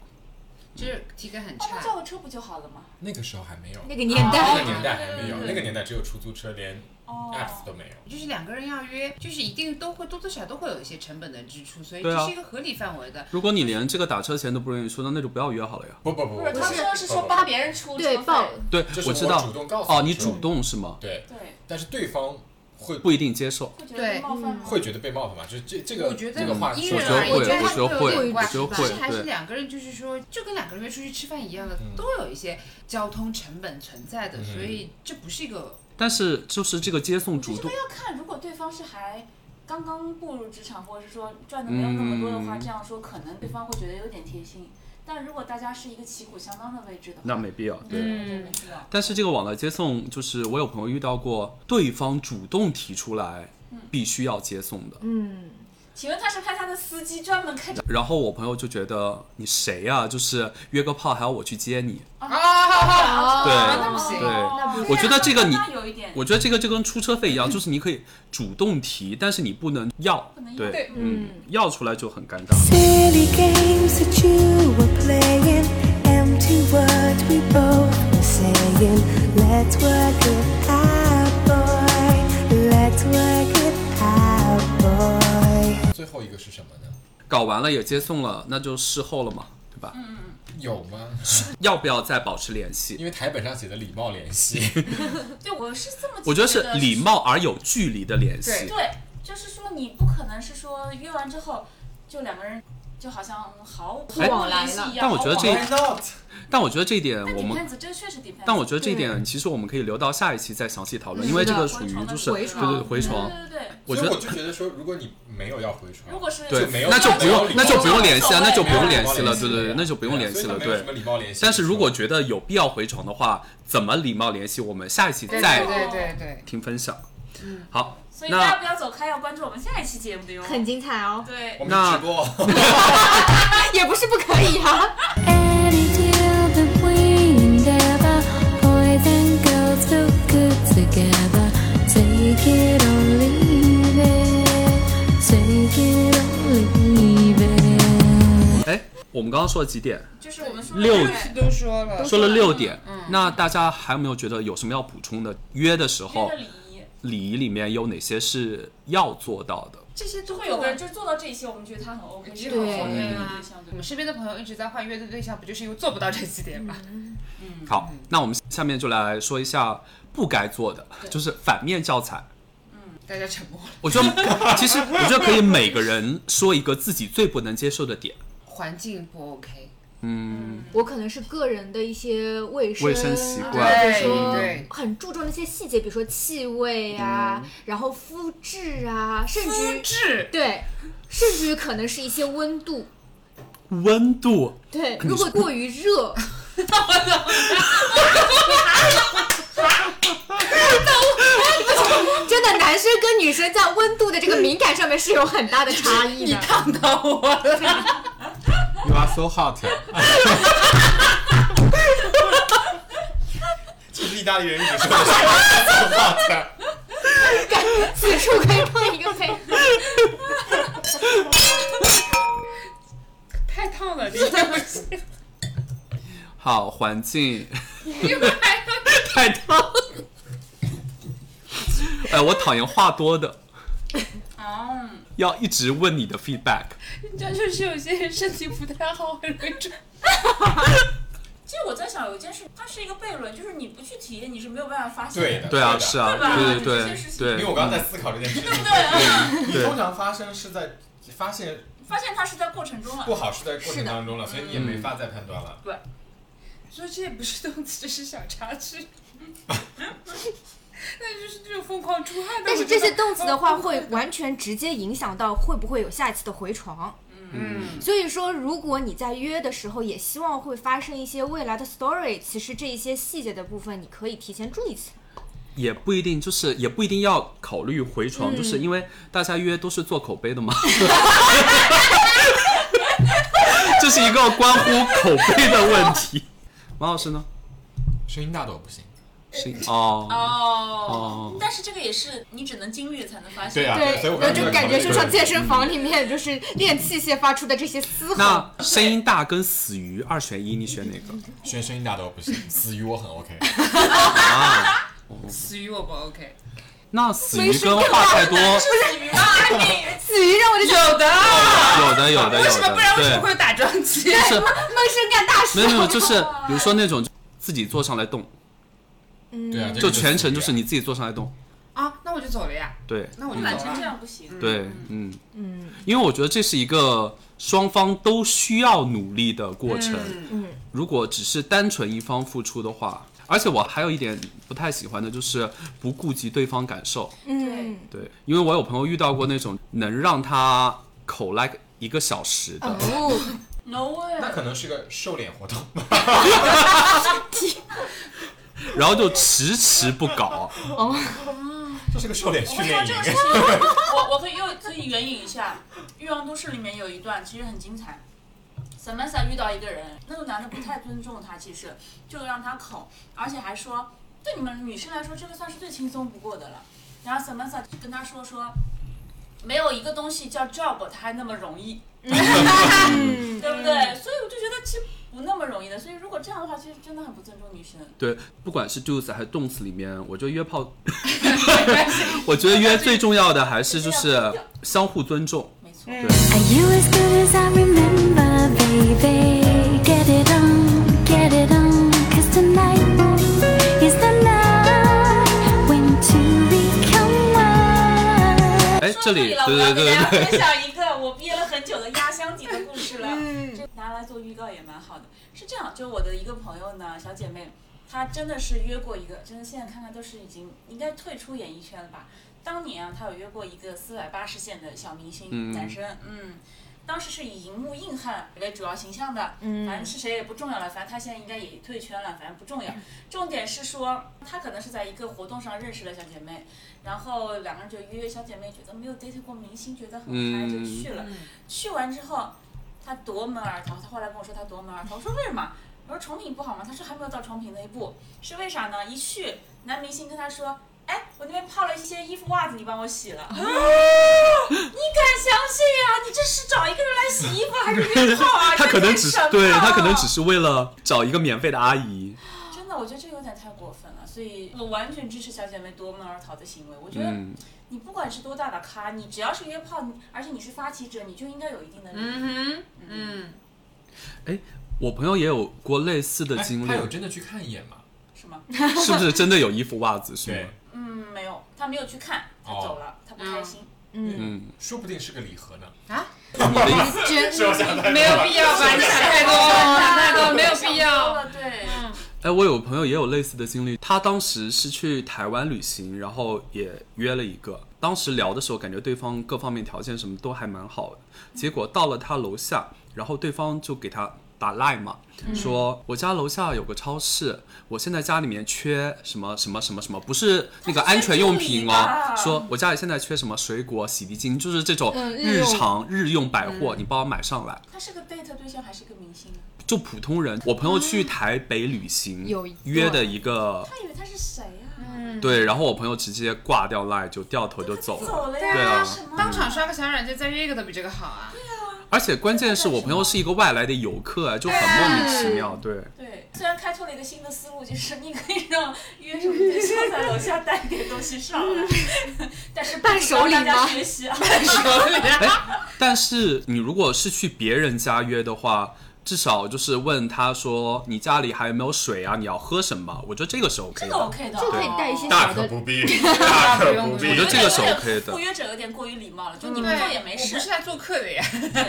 Speaker 5: 就是体感很
Speaker 6: 帮他
Speaker 5: 差。
Speaker 6: 叫个车不就好了吗？
Speaker 3: 那个时候还没有，
Speaker 4: 那个年
Speaker 3: 那
Speaker 4: 代
Speaker 3: 个年代还没有，
Speaker 5: 对
Speaker 3: 那个年代只有出租车，连
Speaker 6: 哦，
Speaker 3: apps 都没有。
Speaker 5: 就是两个人要约，就是一定都会多多少少都会有一些成本的支出，所以
Speaker 1: 对啊
Speaker 5: 这是一个合理范围的。
Speaker 1: 如果你连这个打车钱都不愿意出，那那就不要约好了呀。
Speaker 3: 不不不
Speaker 6: 不是，他
Speaker 3: 不
Speaker 6: 说是
Speaker 3: 不
Speaker 6: 说
Speaker 3: 不
Speaker 6: 帮别人出
Speaker 4: 对
Speaker 6: 车费
Speaker 4: 报
Speaker 1: 对
Speaker 3: 这，是
Speaker 1: 知道。
Speaker 3: 主动告诉
Speaker 1: 哦，你
Speaker 3: 说
Speaker 1: 主动是吗？
Speaker 3: 对，
Speaker 6: 对，
Speaker 3: 但是对方会
Speaker 1: 不一定接受。
Speaker 6: 会觉得冒犯吗？
Speaker 3: 会觉得被冒犯吗？就是这这个
Speaker 5: 我觉得
Speaker 3: 这个话
Speaker 5: 因
Speaker 3: 说
Speaker 5: 人
Speaker 3: 出
Speaker 5: 而
Speaker 3: 来
Speaker 5: 异，
Speaker 1: 我
Speaker 5: 觉
Speaker 1: 觉得
Speaker 5: 得
Speaker 1: 会
Speaker 5: 会有点怪
Speaker 1: 我觉得会
Speaker 5: 但是还是
Speaker 1: 对
Speaker 5: 两个人，就是说，就跟两个人约出去吃饭一样的，
Speaker 3: 嗯
Speaker 5: 都有一些交通成本存在的，所以这不是一个
Speaker 1: 但是就是这个接送主动，
Speaker 6: 要看，如果对方是还刚刚步入职场，或者是说赚的没有那么多的话，
Speaker 1: 嗯
Speaker 6: 这样说可能对方会觉得有点贴心。但如果大家是一个旗鼓相当的位置的话，
Speaker 1: 那没必要。对。
Speaker 6: 对，我觉得没必要。
Speaker 1: 但是这个往来接送，就是我有朋友遇到过，对方主动提出来必须要接送的，
Speaker 4: 嗯，
Speaker 6: 请问他是派他的司机专门开着
Speaker 1: 然后我朋友就觉得你谁呀、就是约个炮还要我去接你，
Speaker 5: 啊，
Speaker 6: 哦
Speaker 1: 对
Speaker 5: 那不行
Speaker 1: 对
Speaker 4: 不
Speaker 1: 我觉得这个你
Speaker 6: 那有一点
Speaker 1: 我觉得这个就跟出车费一样，就是你可以主动提，但是你不能要
Speaker 6: 不能，要
Speaker 1: 对
Speaker 6: 对，
Speaker 1: 嗯，要出来就很尴尬。
Speaker 7: Silly games that you were playing, empty what we both were saying. Let's work it out, boy. Let's work it out, boy.
Speaker 3: 最后一个是什么呢？
Speaker 1: 搞完了也接送了，那就事后了嘛，对吧？
Speaker 6: 嗯
Speaker 3: 有吗？
Speaker 1: 要不要再保持联系？
Speaker 3: 因为台本上写的礼貌联系，
Speaker 6: 对我是这么
Speaker 1: 我觉得是礼貌而有距离的联系
Speaker 5: 对。
Speaker 6: 对，就是说你不可能是说约完之后就两个人就好像毫无
Speaker 1: 哎
Speaker 6: 毫无联系一样。
Speaker 1: 但我觉得 这
Speaker 6: 毫无
Speaker 3: not？
Speaker 1: 但我觉得这一点
Speaker 6: 但
Speaker 1: 我们
Speaker 6: depends，这个确实 depends。
Speaker 1: 但我觉得这一点，其实我们可以留到下一期再详细讨论，
Speaker 4: 嗯
Speaker 1: 因为
Speaker 4: 是
Speaker 1: 这
Speaker 4: 的
Speaker 1: 个属于就是
Speaker 4: 回
Speaker 1: 对
Speaker 4: 床
Speaker 1: 对回床，
Speaker 6: 对对对对，
Speaker 1: 我
Speaker 3: 我
Speaker 1: 觉
Speaker 3: 我
Speaker 1: 得
Speaker 3: 就觉得说，啊如果你没有要回 传，
Speaker 6: 如果是
Speaker 1: 对
Speaker 3: 就没有，
Speaker 1: 那就不用
Speaker 3: 没有
Speaker 1: 那就不用联系啊，
Speaker 6: 没有
Speaker 1: 那就不用
Speaker 6: 没有
Speaker 1: 联系了，
Speaker 6: 没有
Speaker 1: 对对对，那就不用
Speaker 3: 对啊
Speaker 1: 联系了，
Speaker 3: 所以他没有什么
Speaker 1: 对。
Speaker 3: 礼貌联系。
Speaker 1: 但是如果觉得有必要回床的话，怎么礼貌联系，我们下一期
Speaker 5: 对
Speaker 1: 再
Speaker 5: 对对对
Speaker 1: 听分享。好，
Speaker 6: 啊所以
Speaker 1: 那
Speaker 6: 大家不要走开，要关注我们下一期节目哟。
Speaker 4: 很精彩哦，
Speaker 6: 对
Speaker 3: 我，们
Speaker 1: 那
Speaker 3: 直播，
Speaker 4: 也不是不可以啊。
Speaker 7: Any deal that we endeavor, boys and girls feel good together. Take it or leave it. Take it or leave it.
Speaker 1: 哎，我们刚刚说了几点？
Speaker 6: 就是我们说
Speaker 1: 六
Speaker 6: 的
Speaker 5: 都说了，
Speaker 1: 说了六点。那大家还有没有觉得有什么要补充的？约的时
Speaker 6: 这
Speaker 1: 候
Speaker 6: 个，礼仪，
Speaker 1: 礼仪里面有哪些是要做到的？
Speaker 5: 这些都啊
Speaker 6: 就会有个人就做到这一些，我们觉得他很 OK，
Speaker 5: 对
Speaker 6: 这个
Speaker 4: 对
Speaker 6: 好的一个
Speaker 3: 嗯
Speaker 5: 啊
Speaker 6: 对象，
Speaker 5: 我
Speaker 6: 对
Speaker 5: 们
Speaker 6: 吧？
Speaker 5: 身边的朋友一直在换约的对象，不就是因为做不到这几点吗？
Speaker 6: 嗯
Speaker 1: 好，那我们下面就来说一下不该做的，就是反面教材。
Speaker 5: 大家沉默了，
Speaker 1: 我觉得，其实我觉得可以每个人说一个自己最不能接受的点。
Speaker 5: 环境不 OK，
Speaker 4: 我可能是个人的一些卫生
Speaker 1: 卫生习惯
Speaker 4: 或者
Speaker 5: 对
Speaker 4: 说
Speaker 5: 对
Speaker 4: 很注重那些细节，比如说气味
Speaker 1: 嗯
Speaker 4: 啊，然后肤质啊，甚至于
Speaker 5: 质
Speaker 4: 对，甚至于可能是一些温度。
Speaker 1: 温度，
Speaker 4: 对，如果过于热， 真的男生跟女生在温度的这个敏感上面是有很大的差 异的。
Speaker 5: 烫到我了。
Speaker 3: You are so hot。就是意大利人一直说的 是这种话的。
Speaker 4: 此处 可以放一个飞。
Speaker 5: 太烫了，这个东西。
Speaker 1: 好，环境 太烫了。哎，我讨厌话多的，
Speaker 5: 哦，
Speaker 1: 要一直问你的 feedback。
Speaker 5: 这就是有些人身体不太好，很容易中。
Speaker 6: 其实我在想有一件事，它是一个悖论，就是你不去体验，你是没有办法发现
Speaker 3: 对
Speaker 6: 的。
Speaker 3: 的，
Speaker 1: 对啊，
Speaker 3: 的
Speaker 1: 是啊，
Speaker 6: 对吧
Speaker 1: 对
Speaker 6: 这
Speaker 1: 对
Speaker 6: 些事情
Speaker 1: 对
Speaker 3: 因为
Speaker 1: 对。
Speaker 3: 我刚刚在思考这件事情，
Speaker 6: 对不对啊
Speaker 3: 你通常发生是在发现
Speaker 6: 发现它是在过程中了
Speaker 3: 不。好是在过程当中了，所以你也没法再判断了。
Speaker 5: 说这也不是动词，这是小插曲。 那就是这种疯狂出汗的。
Speaker 4: 但是
Speaker 5: 我觉
Speaker 4: 这
Speaker 5: 得
Speaker 4: 些动词的话，会完全直接影响到会不会有下一次的回床。
Speaker 5: 嗯，
Speaker 4: 所以说，如果你在约的时候也希望会发生一些未来的 story，其实这一些细节的部分你可以提前注意起来。
Speaker 1: 也不一定，就是也不一定要考虑回
Speaker 5: 嗯
Speaker 1: 床，就是因为大家约都是做口碑的嘛。 这是一个关乎口碑的问题。王老师呢？
Speaker 3: 声音大的我不行，
Speaker 1: 是
Speaker 5: 呃
Speaker 1: 哦
Speaker 6: 哦，
Speaker 1: 哦，
Speaker 6: 但是这个也是你只能经历才能发现。
Speaker 3: 对啊，所以我
Speaker 4: 那
Speaker 3: 刚
Speaker 4: 就
Speaker 3: 刚
Speaker 4: 感觉就像
Speaker 3: 这
Speaker 4: 健身房里面就是练器械发出的这些嘶吼。
Speaker 1: 那声音大跟死鱼二选一，你选哪 个？
Speaker 3: 选声音大的我不行，死鱼我很 OK，
Speaker 1: 啊，
Speaker 5: 死鱼我不 OK。
Speaker 1: 那死鱼跟话太多，
Speaker 4: 死鱼让我就想
Speaker 5: 有的，
Speaker 1: 有的有的
Speaker 5: 为
Speaker 1: 有
Speaker 5: 什么？不然
Speaker 1: 的，
Speaker 5: 为什么会
Speaker 1: 对，
Speaker 5: 有打桩机？
Speaker 1: 是
Speaker 4: 闷声干大事
Speaker 1: 没。有
Speaker 5: 啊
Speaker 1: 没有，就是比如说那种自己坐上来动，
Speaker 3: 对啊，这个
Speaker 1: 就
Speaker 3: 死鱼
Speaker 1: 全程就是你自己坐上来动，
Speaker 5: 啊，那我就走了呀，
Speaker 1: 对
Speaker 5: 那我就走
Speaker 6: 懒成这
Speaker 5: 了。
Speaker 6: 样不行。
Speaker 1: 对，嗯嗯，因为我觉得这是一个双方都需要努力的过程，
Speaker 5: 嗯，
Speaker 1: 如果只是单纯一方付出的话，而且我还有一点不太喜欢的就是不顾及对方感受，
Speaker 4: 嗯，
Speaker 1: 对，因为我有朋友遇到过那种能让他口 like 一个小时的，
Speaker 4: 哦，
Speaker 6: No
Speaker 3: 那
Speaker 6: way。
Speaker 3: 可能是个瘦脸活动吧。
Speaker 1: 然后就迟迟不 搞，
Speaker 3: 这是个瘦脸
Speaker 6: 我
Speaker 3: 训
Speaker 6: 会
Speaker 3: 练
Speaker 6: 说
Speaker 3: 营
Speaker 6: 这，个事情，我我可以又可以援引一下，《欲望都市》里面有一段其实很精彩。Samantha 遇到一个人，那个男的不太尊重她，其实就让她口，而且还说，对你们女生来说，这个算是最轻松不过的了。然后 Samantha 就跟他说说，没有一个东西叫 job 它还那么容易，对不对？所以我就觉得其实不那么容易的。所以如果这样的话，其实真的很不尊重女生。
Speaker 1: 对，不管是 do's 还是 don'ts 里面，我觉得约炮， 我觉得约最重要的还是就是相互尊重，
Speaker 6: 没错，
Speaker 7: Are you as good as I remember, baby? Get it on, get it on, cause tonight is the night when to become one.
Speaker 1: 哎，这里
Speaker 6: 说
Speaker 1: 对
Speaker 6: 到
Speaker 1: 对
Speaker 6: 了我
Speaker 1: 对对
Speaker 6: 要给大家
Speaker 1: 对
Speaker 6: 分享一个我憋了很久的压箱底的故事 了。这嗯拿来做预告也蛮好的。是这样，就我的一个朋友呢，小姐妹，她真的是约过一个，真的现在看看都是已经应该退出演艺圈了吧。当年啊，她有约过一个四百八十线的小明星、男生，嗯。当时是以荧幕硬汉为主要形象的，嗯，反正是谁也不重要了，反正他现在应该也退圈了，反正不重要。重点是说，他可能是在一个活动上认识了小姐妹，然后两个人就约，小姐妹觉得没有 date 过明星，觉得很嗨，
Speaker 1: 嗯
Speaker 6: 就去了。去完之后，他夺门而逃。他后来跟我说他夺门而逃，我说为什么？我说崇品不好吗？他说还没有到崇品那一步，是为啥呢？一去男明星跟他说，哎，我那边泡了一些衣服袜子，你帮我洗了。啊、你敢相信啊？你这是找一个人来洗衣服还是约炮啊？
Speaker 1: 他可能
Speaker 6: 这
Speaker 1: 只是
Speaker 6: 太神
Speaker 1: 对
Speaker 6: 了
Speaker 1: 他可能只是为了找一个免费的阿姨，
Speaker 6: 真的，我觉得这个有点太过分了，所以我完全支持小姐妹夺门而逃的行为。我觉得
Speaker 1: 嗯，
Speaker 6: 你不管是多大的咖，你只要是约炮，你而且你是发起者，你就应该有一定的能力。
Speaker 5: 嗯哼，嗯，
Speaker 1: 我朋友也有过类似的
Speaker 3: 哎
Speaker 1: 经历
Speaker 3: 他，有真的去看一眼吗？
Speaker 6: 是吗？
Speaker 1: 是不是真的有衣服袜子是
Speaker 3: 对
Speaker 1: 吗？，
Speaker 6: 嗯，没有，他没有去看，他走
Speaker 1: 哦
Speaker 6: 了，他不开心。
Speaker 1: 嗯，
Speaker 3: 说不定是个礼盒呢。
Speaker 1: 你的意思
Speaker 3: 是我想太多了
Speaker 5: 没有必要吧？你想太多了，嗯想太多，没有必
Speaker 6: 多
Speaker 4: 嗯
Speaker 5: 要。
Speaker 6: 了，哦对，
Speaker 1: 哎，我有朋友也有类似的经历，他当时是去台湾旅行，然后也约了一个。当时聊的时候，感觉对方各方面条件什么都还蛮好的，结果到了他楼下，然后对方就给他打 line 嘛，
Speaker 4: 嗯
Speaker 1: 说我家楼下有个超市，我现在家里面缺什么什么什么什么，不是那个安全用品哦
Speaker 6: 他是在助理吧，
Speaker 1: 说我家里现在缺什么水果、洗涤精，就是这种
Speaker 4: 嗯日
Speaker 1: 日
Speaker 4: 用嗯
Speaker 1: 常日用百货，你帮我买上来。
Speaker 6: 他是个 date 对象还是个明星啊？
Speaker 1: 就普通人。我朋友去台北旅行，
Speaker 4: 嗯有一
Speaker 1: 约的一个，
Speaker 6: 他以为他是谁啊呀？
Speaker 4: 嗯
Speaker 1: 对，然后我朋友直接挂掉 line 就掉头就走了。
Speaker 6: 走了
Speaker 1: 对啊
Speaker 6: 呀？什么？
Speaker 5: 当场刷个小软件，再约一个都比这个好 啊！
Speaker 1: 而且关键是我朋友是一个外来的游客，啊，就很莫名其妙。对，
Speaker 6: 对，虽然开拓了一个新的思路，就是你可以让约什么对象在楼下带点东西上来， 但是
Speaker 4: 嗯伴手礼吗
Speaker 6: 大家学习啊，
Speaker 1: 哎，但是你如果是去别人家约的话，至少就是问他说你家里还有没有水啊？你要喝什么？我觉得这个是 OK
Speaker 6: 这
Speaker 1: 的
Speaker 6: 个。OK 的，
Speaker 4: 就可以带一些
Speaker 3: 大
Speaker 4: 小
Speaker 3: 可
Speaker 4: 的，
Speaker 3: 不必，大可不
Speaker 5: 我
Speaker 1: 我
Speaker 3: 必
Speaker 1: 觉。得这个是
Speaker 6: 有点
Speaker 1: OK 的
Speaker 6: 赴。约者有点过于礼貌了，就你
Speaker 5: 对，
Speaker 6: 不做也没
Speaker 5: 我不是
Speaker 6: 事，
Speaker 5: 来做客的呀。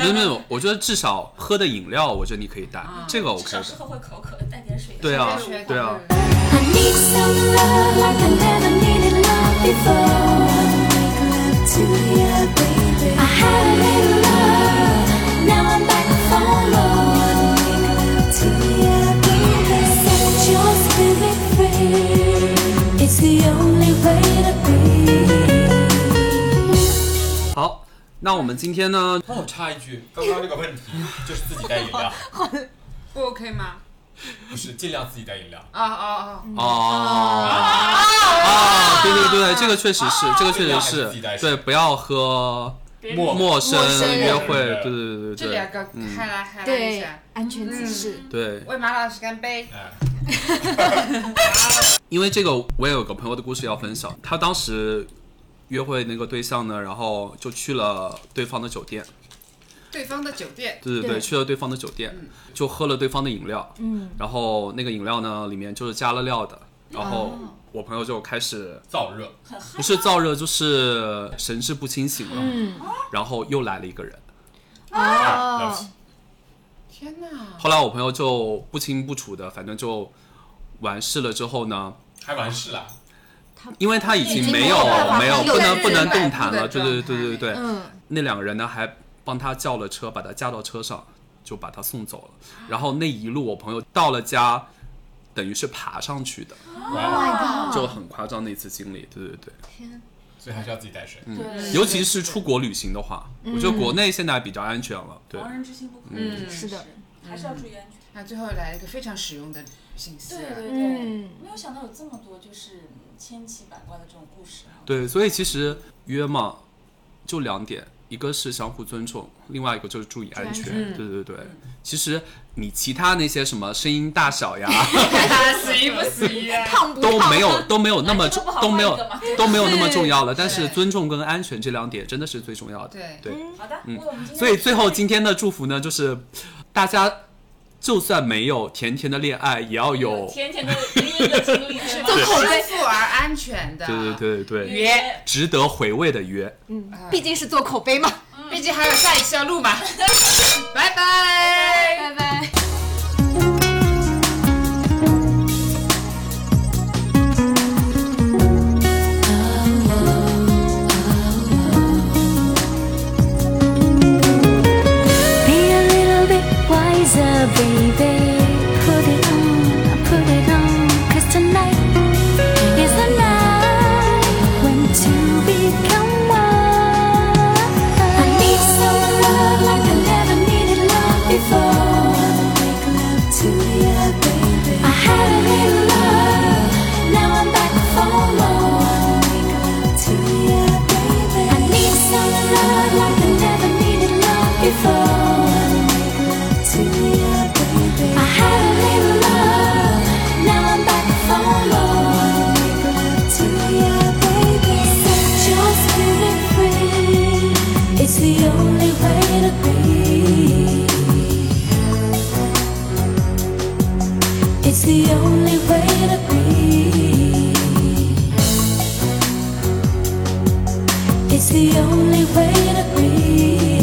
Speaker 1: 没有没有，我觉得至少喝的饮料，我觉得你可以带，这个
Speaker 6: 至
Speaker 1: OK
Speaker 6: 少是
Speaker 1: 的。
Speaker 6: 喝会口渴，带点水。
Speaker 1: 对啊
Speaker 5: 学的，
Speaker 1: 对啊。
Speaker 7: I need some love like I never needed love before. Wanna make love to you, baby. I had a little love, now I'm back for more. Wanna make love to you, baby. Set your spirit free. It's the only way to be.
Speaker 1: 好，那我们今天呢？
Speaker 3: 帮我插一句，刚刚这个问题就是自己带饮料，
Speaker 5: 不 OK 吗？
Speaker 3: 不是尽量自己带饮料，
Speaker 5: 啊啊
Speaker 1: 哦啊，对对对，这个确实是，这个确实
Speaker 3: 啊还是自己带
Speaker 1: 是，
Speaker 3: 水
Speaker 1: 对，不要喝
Speaker 3: 陌
Speaker 1: 陌生
Speaker 4: 陌生人
Speaker 1: 约会，对对对
Speaker 5: 啊！这
Speaker 1: 对
Speaker 5: 两个嗨啦嗨啦一
Speaker 4: 对
Speaker 5: 下，，
Speaker 4: 安全姿势。
Speaker 1: 对对，
Speaker 5: 为马老师干杯！
Speaker 3: 哎，
Speaker 1: 因为这个我也有个朋友的故事要分享，他当时约会那个对象呢，然后就去了对方的酒店，
Speaker 5: 对方的酒店，
Speaker 1: 对对对，去了对方的酒店，就喝了对方的饮料，嗯，然后那个饮料呢里面就是加了料的，然后我朋友就开始
Speaker 3: 燥热，
Speaker 1: 不是燥热就是神志不清醒了，嗯，然后又来了一个人，
Speaker 3: 啊
Speaker 4: 哦，
Speaker 5: 天哪！
Speaker 1: 后来我朋友就不清不楚的，反正就完事了之后呢，
Speaker 3: 还完事了，
Speaker 1: 因为他已经没有
Speaker 4: 已经没有办法
Speaker 1: 没有
Speaker 4: 有
Speaker 1: 不能
Speaker 5: 日
Speaker 1: 不能
Speaker 5: 百
Speaker 1: 动
Speaker 5: 步
Speaker 1: 弹
Speaker 5: 的
Speaker 1: 了，对对对对对对，
Speaker 4: 嗯，
Speaker 1: 那两个人呢还帮他叫了车，把他架到车上，就把他送走了。然后那一路我朋友到了家，等于是爬上去的，
Speaker 6: Oh
Speaker 3: 哇，
Speaker 1: 就很夸张的一次经历。对对对，
Speaker 3: 所以还是要自己带水。
Speaker 6: 嗯对，
Speaker 1: 尤其是出国旅行的话，我觉得国内现在比较安全了。对，
Speaker 6: 防人之心不可
Speaker 5: 嗯
Speaker 6: 无，
Speaker 4: 是的，
Speaker 6: 还是要注意安全。
Speaker 5: 那最后来了一个非常实用的信息
Speaker 6: 对
Speaker 5: 啊，
Speaker 6: 对对
Speaker 4: 嗯，
Speaker 6: 没有想到有这么多就是千奇百怪的这种故事啊。
Speaker 1: 对，所以其实约嘛，就两点，一个是相互尊重，另外一个就是注意安全。
Speaker 4: 注
Speaker 1: 对对对，其实你其他那些什么声音大小呀，
Speaker 5: 死一不死一啊！
Speaker 4: 胖不
Speaker 1: 都
Speaker 4: 胖
Speaker 1: 没有都没有那么
Speaker 6: 这
Speaker 1: 重
Speaker 6: 个不好
Speaker 1: 都没有
Speaker 6: 换一个嘛
Speaker 1: 都没有那么重要了，但
Speaker 5: 对
Speaker 1: 是尊重跟安全这两点真的是最重要的。
Speaker 5: 对
Speaker 1: 对，
Speaker 6: 好的，嗯那我们今
Speaker 1: 嗯
Speaker 6: 天
Speaker 1: 所以最后今天的祝福呢，就是大家就算没有甜甜的恋爱，也要有。
Speaker 6: 甜甜的音乐的 经历，是吗？
Speaker 5: 舒服而安全的，
Speaker 1: 对对对对对，
Speaker 5: 约，
Speaker 1: 值得回味的约。
Speaker 4: 毕竟是做口碑嘛。
Speaker 5: 毕竟还有下一期要录 嘛，拜拜。
Speaker 4: 拜拜。
Speaker 7: Be a little bit wiser, baby. Put it on, put it on. Cause tonight is the night when two become one. I need some love like I never needed love before. Wanna make love to you, baby. I had a little love, now I'm back for more. Wanna make love to you, baby. I need some love like I never needed love before. Wanna make love to you, baby. I had a little love, now I'm back for more. Wanna make love to you, baby. Set your spirit free. It's the only way to be. It's the only way to be. It's the only way to be.